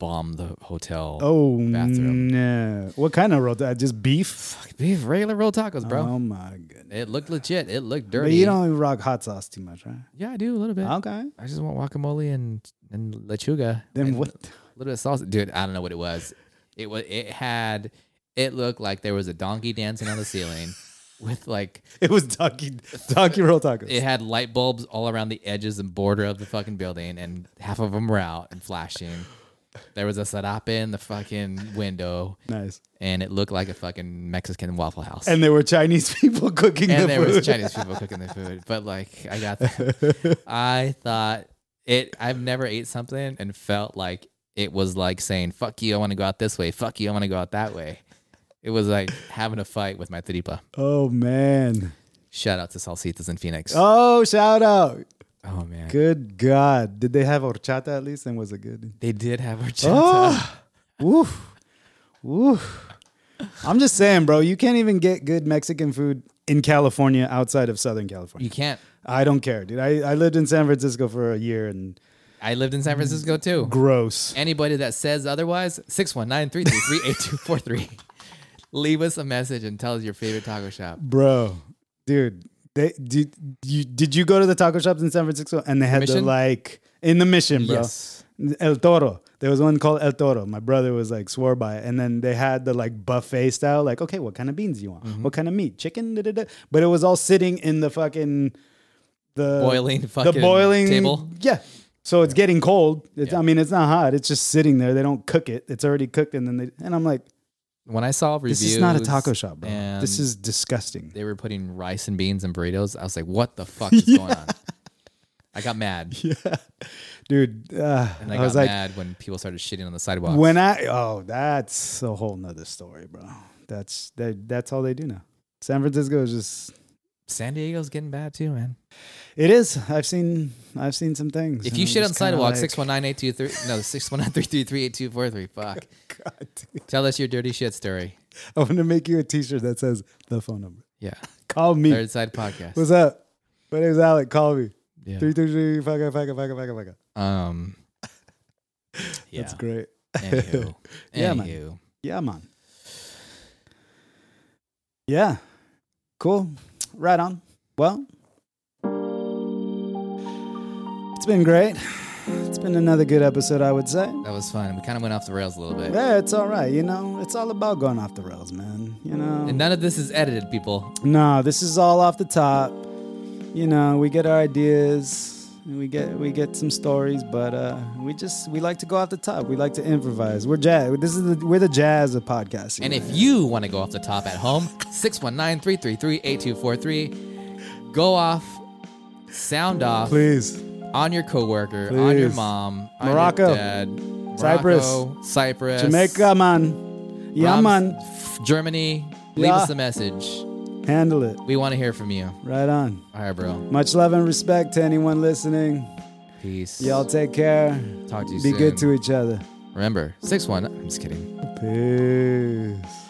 Speaker 4: bomb the hotel.
Speaker 3: Oh
Speaker 4: bathroom.
Speaker 3: no! What kind of roll? ta- Just beef,
Speaker 4: Fuck, we have regular real tacos, bro.
Speaker 3: Oh my goodness!
Speaker 4: it looked legit. It looked dirty.
Speaker 3: But you don't rock hot sauce too much, right?
Speaker 4: yeah, I do a little bit.
Speaker 3: Okay.
Speaker 4: I just want guacamole and and lechuga.
Speaker 3: Then
Speaker 4: and
Speaker 3: what?
Speaker 4: A little bit of sauce, dude. I don't know what it was. It was. It had. It looked like there was a donkey dancing on the ceiling, with like
Speaker 3: [laughs] It was donkey donkey roll tacos.
Speaker 4: it had light bulbs all around the edges and border of the fucking building, and half of them were out and flashing. There was a sarape in the fucking window,
Speaker 3: Nice.
Speaker 4: and it looked like a fucking Mexican waffle house.
Speaker 3: And there were Chinese [laughs] people cooking
Speaker 4: and
Speaker 3: the
Speaker 4: there
Speaker 3: food.
Speaker 4: was Chinese people cooking the food. But like, I
Speaker 3: [laughs]
Speaker 4: got, the, I thought it. I've never ate something and felt like it was like saying "fuck you," I want to go out this way. "Fuck you," I want to go out that way. It was like having a fight with my tripa.
Speaker 3: Oh man!
Speaker 4: Shout out to Salsitas in Phoenix. Oh,
Speaker 3: Oh, shout out!
Speaker 4: man,
Speaker 3: Good God! Did they have horchata at least? And was it good?
Speaker 4: they did have horchata.
Speaker 3: Oh, woof, woof. I'm just saying, bro. You can't even get good Mexican food in California outside of Southern California.
Speaker 4: You can't.
Speaker 3: I don't care, dude. I, I lived in San Francisco for a year and
Speaker 4: I lived
Speaker 3: Mm.
Speaker 4: in San Francisco too.
Speaker 3: gross.
Speaker 4: Anybody that says otherwise,
Speaker 3: [laughs]
Speaker 4: 619-333-8243. Leave us a message and tell us your favorite taco shop.
Speaker 3: Bro, dude, they did you did you go to the taco shops in San Francisco and they had the
Speaker 4: Mission?
Speaker 3: like in the mission, bro.
Speaker 4: Yes.
Speaker 3: El Toro. There was one called El Toro. My brother was like swore by it. And then they had the like buffet style, like, okay, what kind of beans do you want?
Speaker 4: Mm-hmm.
Speaker 3: What kind of meat? Chicken? Da, da, da. But it was all sitting in the fucking the
Speaker 4: Boiling fucking table?
Speaker 3: Yeah. So it's getting cold. It's,
Speaker 4: Yeah.
Speaker 3: I mean, it's not hot. It's just sitting there. They don't cook it. It's already cooked. And then they and I'm like,
Speaker 4: When I saw reviews,
Speaker 3: this is not a taco shop, bro.
Speaker 4: and
Speaker 3: This is disgusting.
Speaker 4: they were putting rice and beans and burritos. I was like, what the fuck is
Speaker 3: [laughs]
Speaker 4: going on? I got mad.
Speaker 3: dude. Uh,
Speaker 4: And I,
Speaker 3: I,
Speaker 4: got
Speaker 3: was like,
Speaker 4: mad when people started shitting on the sidewalk.
Speaker 3: when I oh, that's a whole nother story, bro. That's that. That's all they do now. San Francisco is just.
Speaker 4: San Diego's getting bad too, man.
Speaker 3: It is. I've seen. I've seen some things.
Speaker 4: If
Speaker 3: and
Speaker 4: you
Speaker 3: I'm
Speaker 4: shit on
Speaker 3: just kinda
Speaker 4: sidewalk,
Speaker 3: like, [laughs]
Speaker 4: six one nine eight two three no six one nine three three three eight two four three.
Speaker 3: [laughs]
Speaker 4: Fuck.
Speaker 3: God, dude,
Speaker 4: Tell us your dirty shit story.
Speaker 3: I'm gonna make you a T-shirt that says the phone number. [laughs]
Speaker 4: Yeah.
Speaker 3: Call me.
Speaker 4: Third side podcast.
Speaker 3: What's up? My name's Alec. Call me.
Speaker 4: yeah.
Speaker 3: Three three three. Fuck up. Fuck up. Fuck up. Fuck up. Fuck up.
Speaker 4: Um.
Speaker 3: [laughs]
Speaker 4: Yeah.
Speaker 3: That's great.
Speaker 4: Anywho.
Speaker 3: [laughs] Yeah, man.
Speaker 4: Anywho.
Speaker 3: Yeah, man. Yeah. Cool. Right on. Well, it's been great. It's been another good episode, I would say.
Speaker 4: That was fun. We kind of went off the rails a little bit.
Speaker 3: Yeah, it's all right. You know, it's all about going off the rails, man. You know,
Speaker 4: And none of this is edited, people.
Speaker 3: no, this is all off the top. You know, we get our ideas, and we get we get some stories, but uh, we just we like to go off the top. We like to improvise. We're jazz. This is the, we're the jazz of podcasting.
Speaker 4: And if you want to go off the top at home, 619 333 8243. Go off, sound off
Speaker 3: please.
Speaker 4: on your coworker, on your
Speaker 3: Please.
Speaker 4: mom, on
Speaker 3: Morocco.
Speaker 4: your dad, Morocco,
Speaker 3: Cyprus.
Speaker 4: Cyprus,
Speaker 3: Jamaica, man. Yeah,
Speaker 4: Rom's
Speaker 3: man.
Speaker 4: f- Germany, leave
Speaker 3: Yeah.
Speaker 4: us a message.
Speaker 3: Handle it.
Speaker 4: We want to hear from you. All
Speaker 3: Right on.
Speaker 4: right, bro.
Speaker 3: Much love and respect to anyone listening.
Speaker 4: Peace.
Speaker 3: Y'all take care.
Speaker 4: Talk to you
Speaker 3: Be
Speaker 4: soon.
Speaker 3: good to each other.
Speaker 4: Remember, 6 1. I'm just kidding.
Speaker 3: Peace.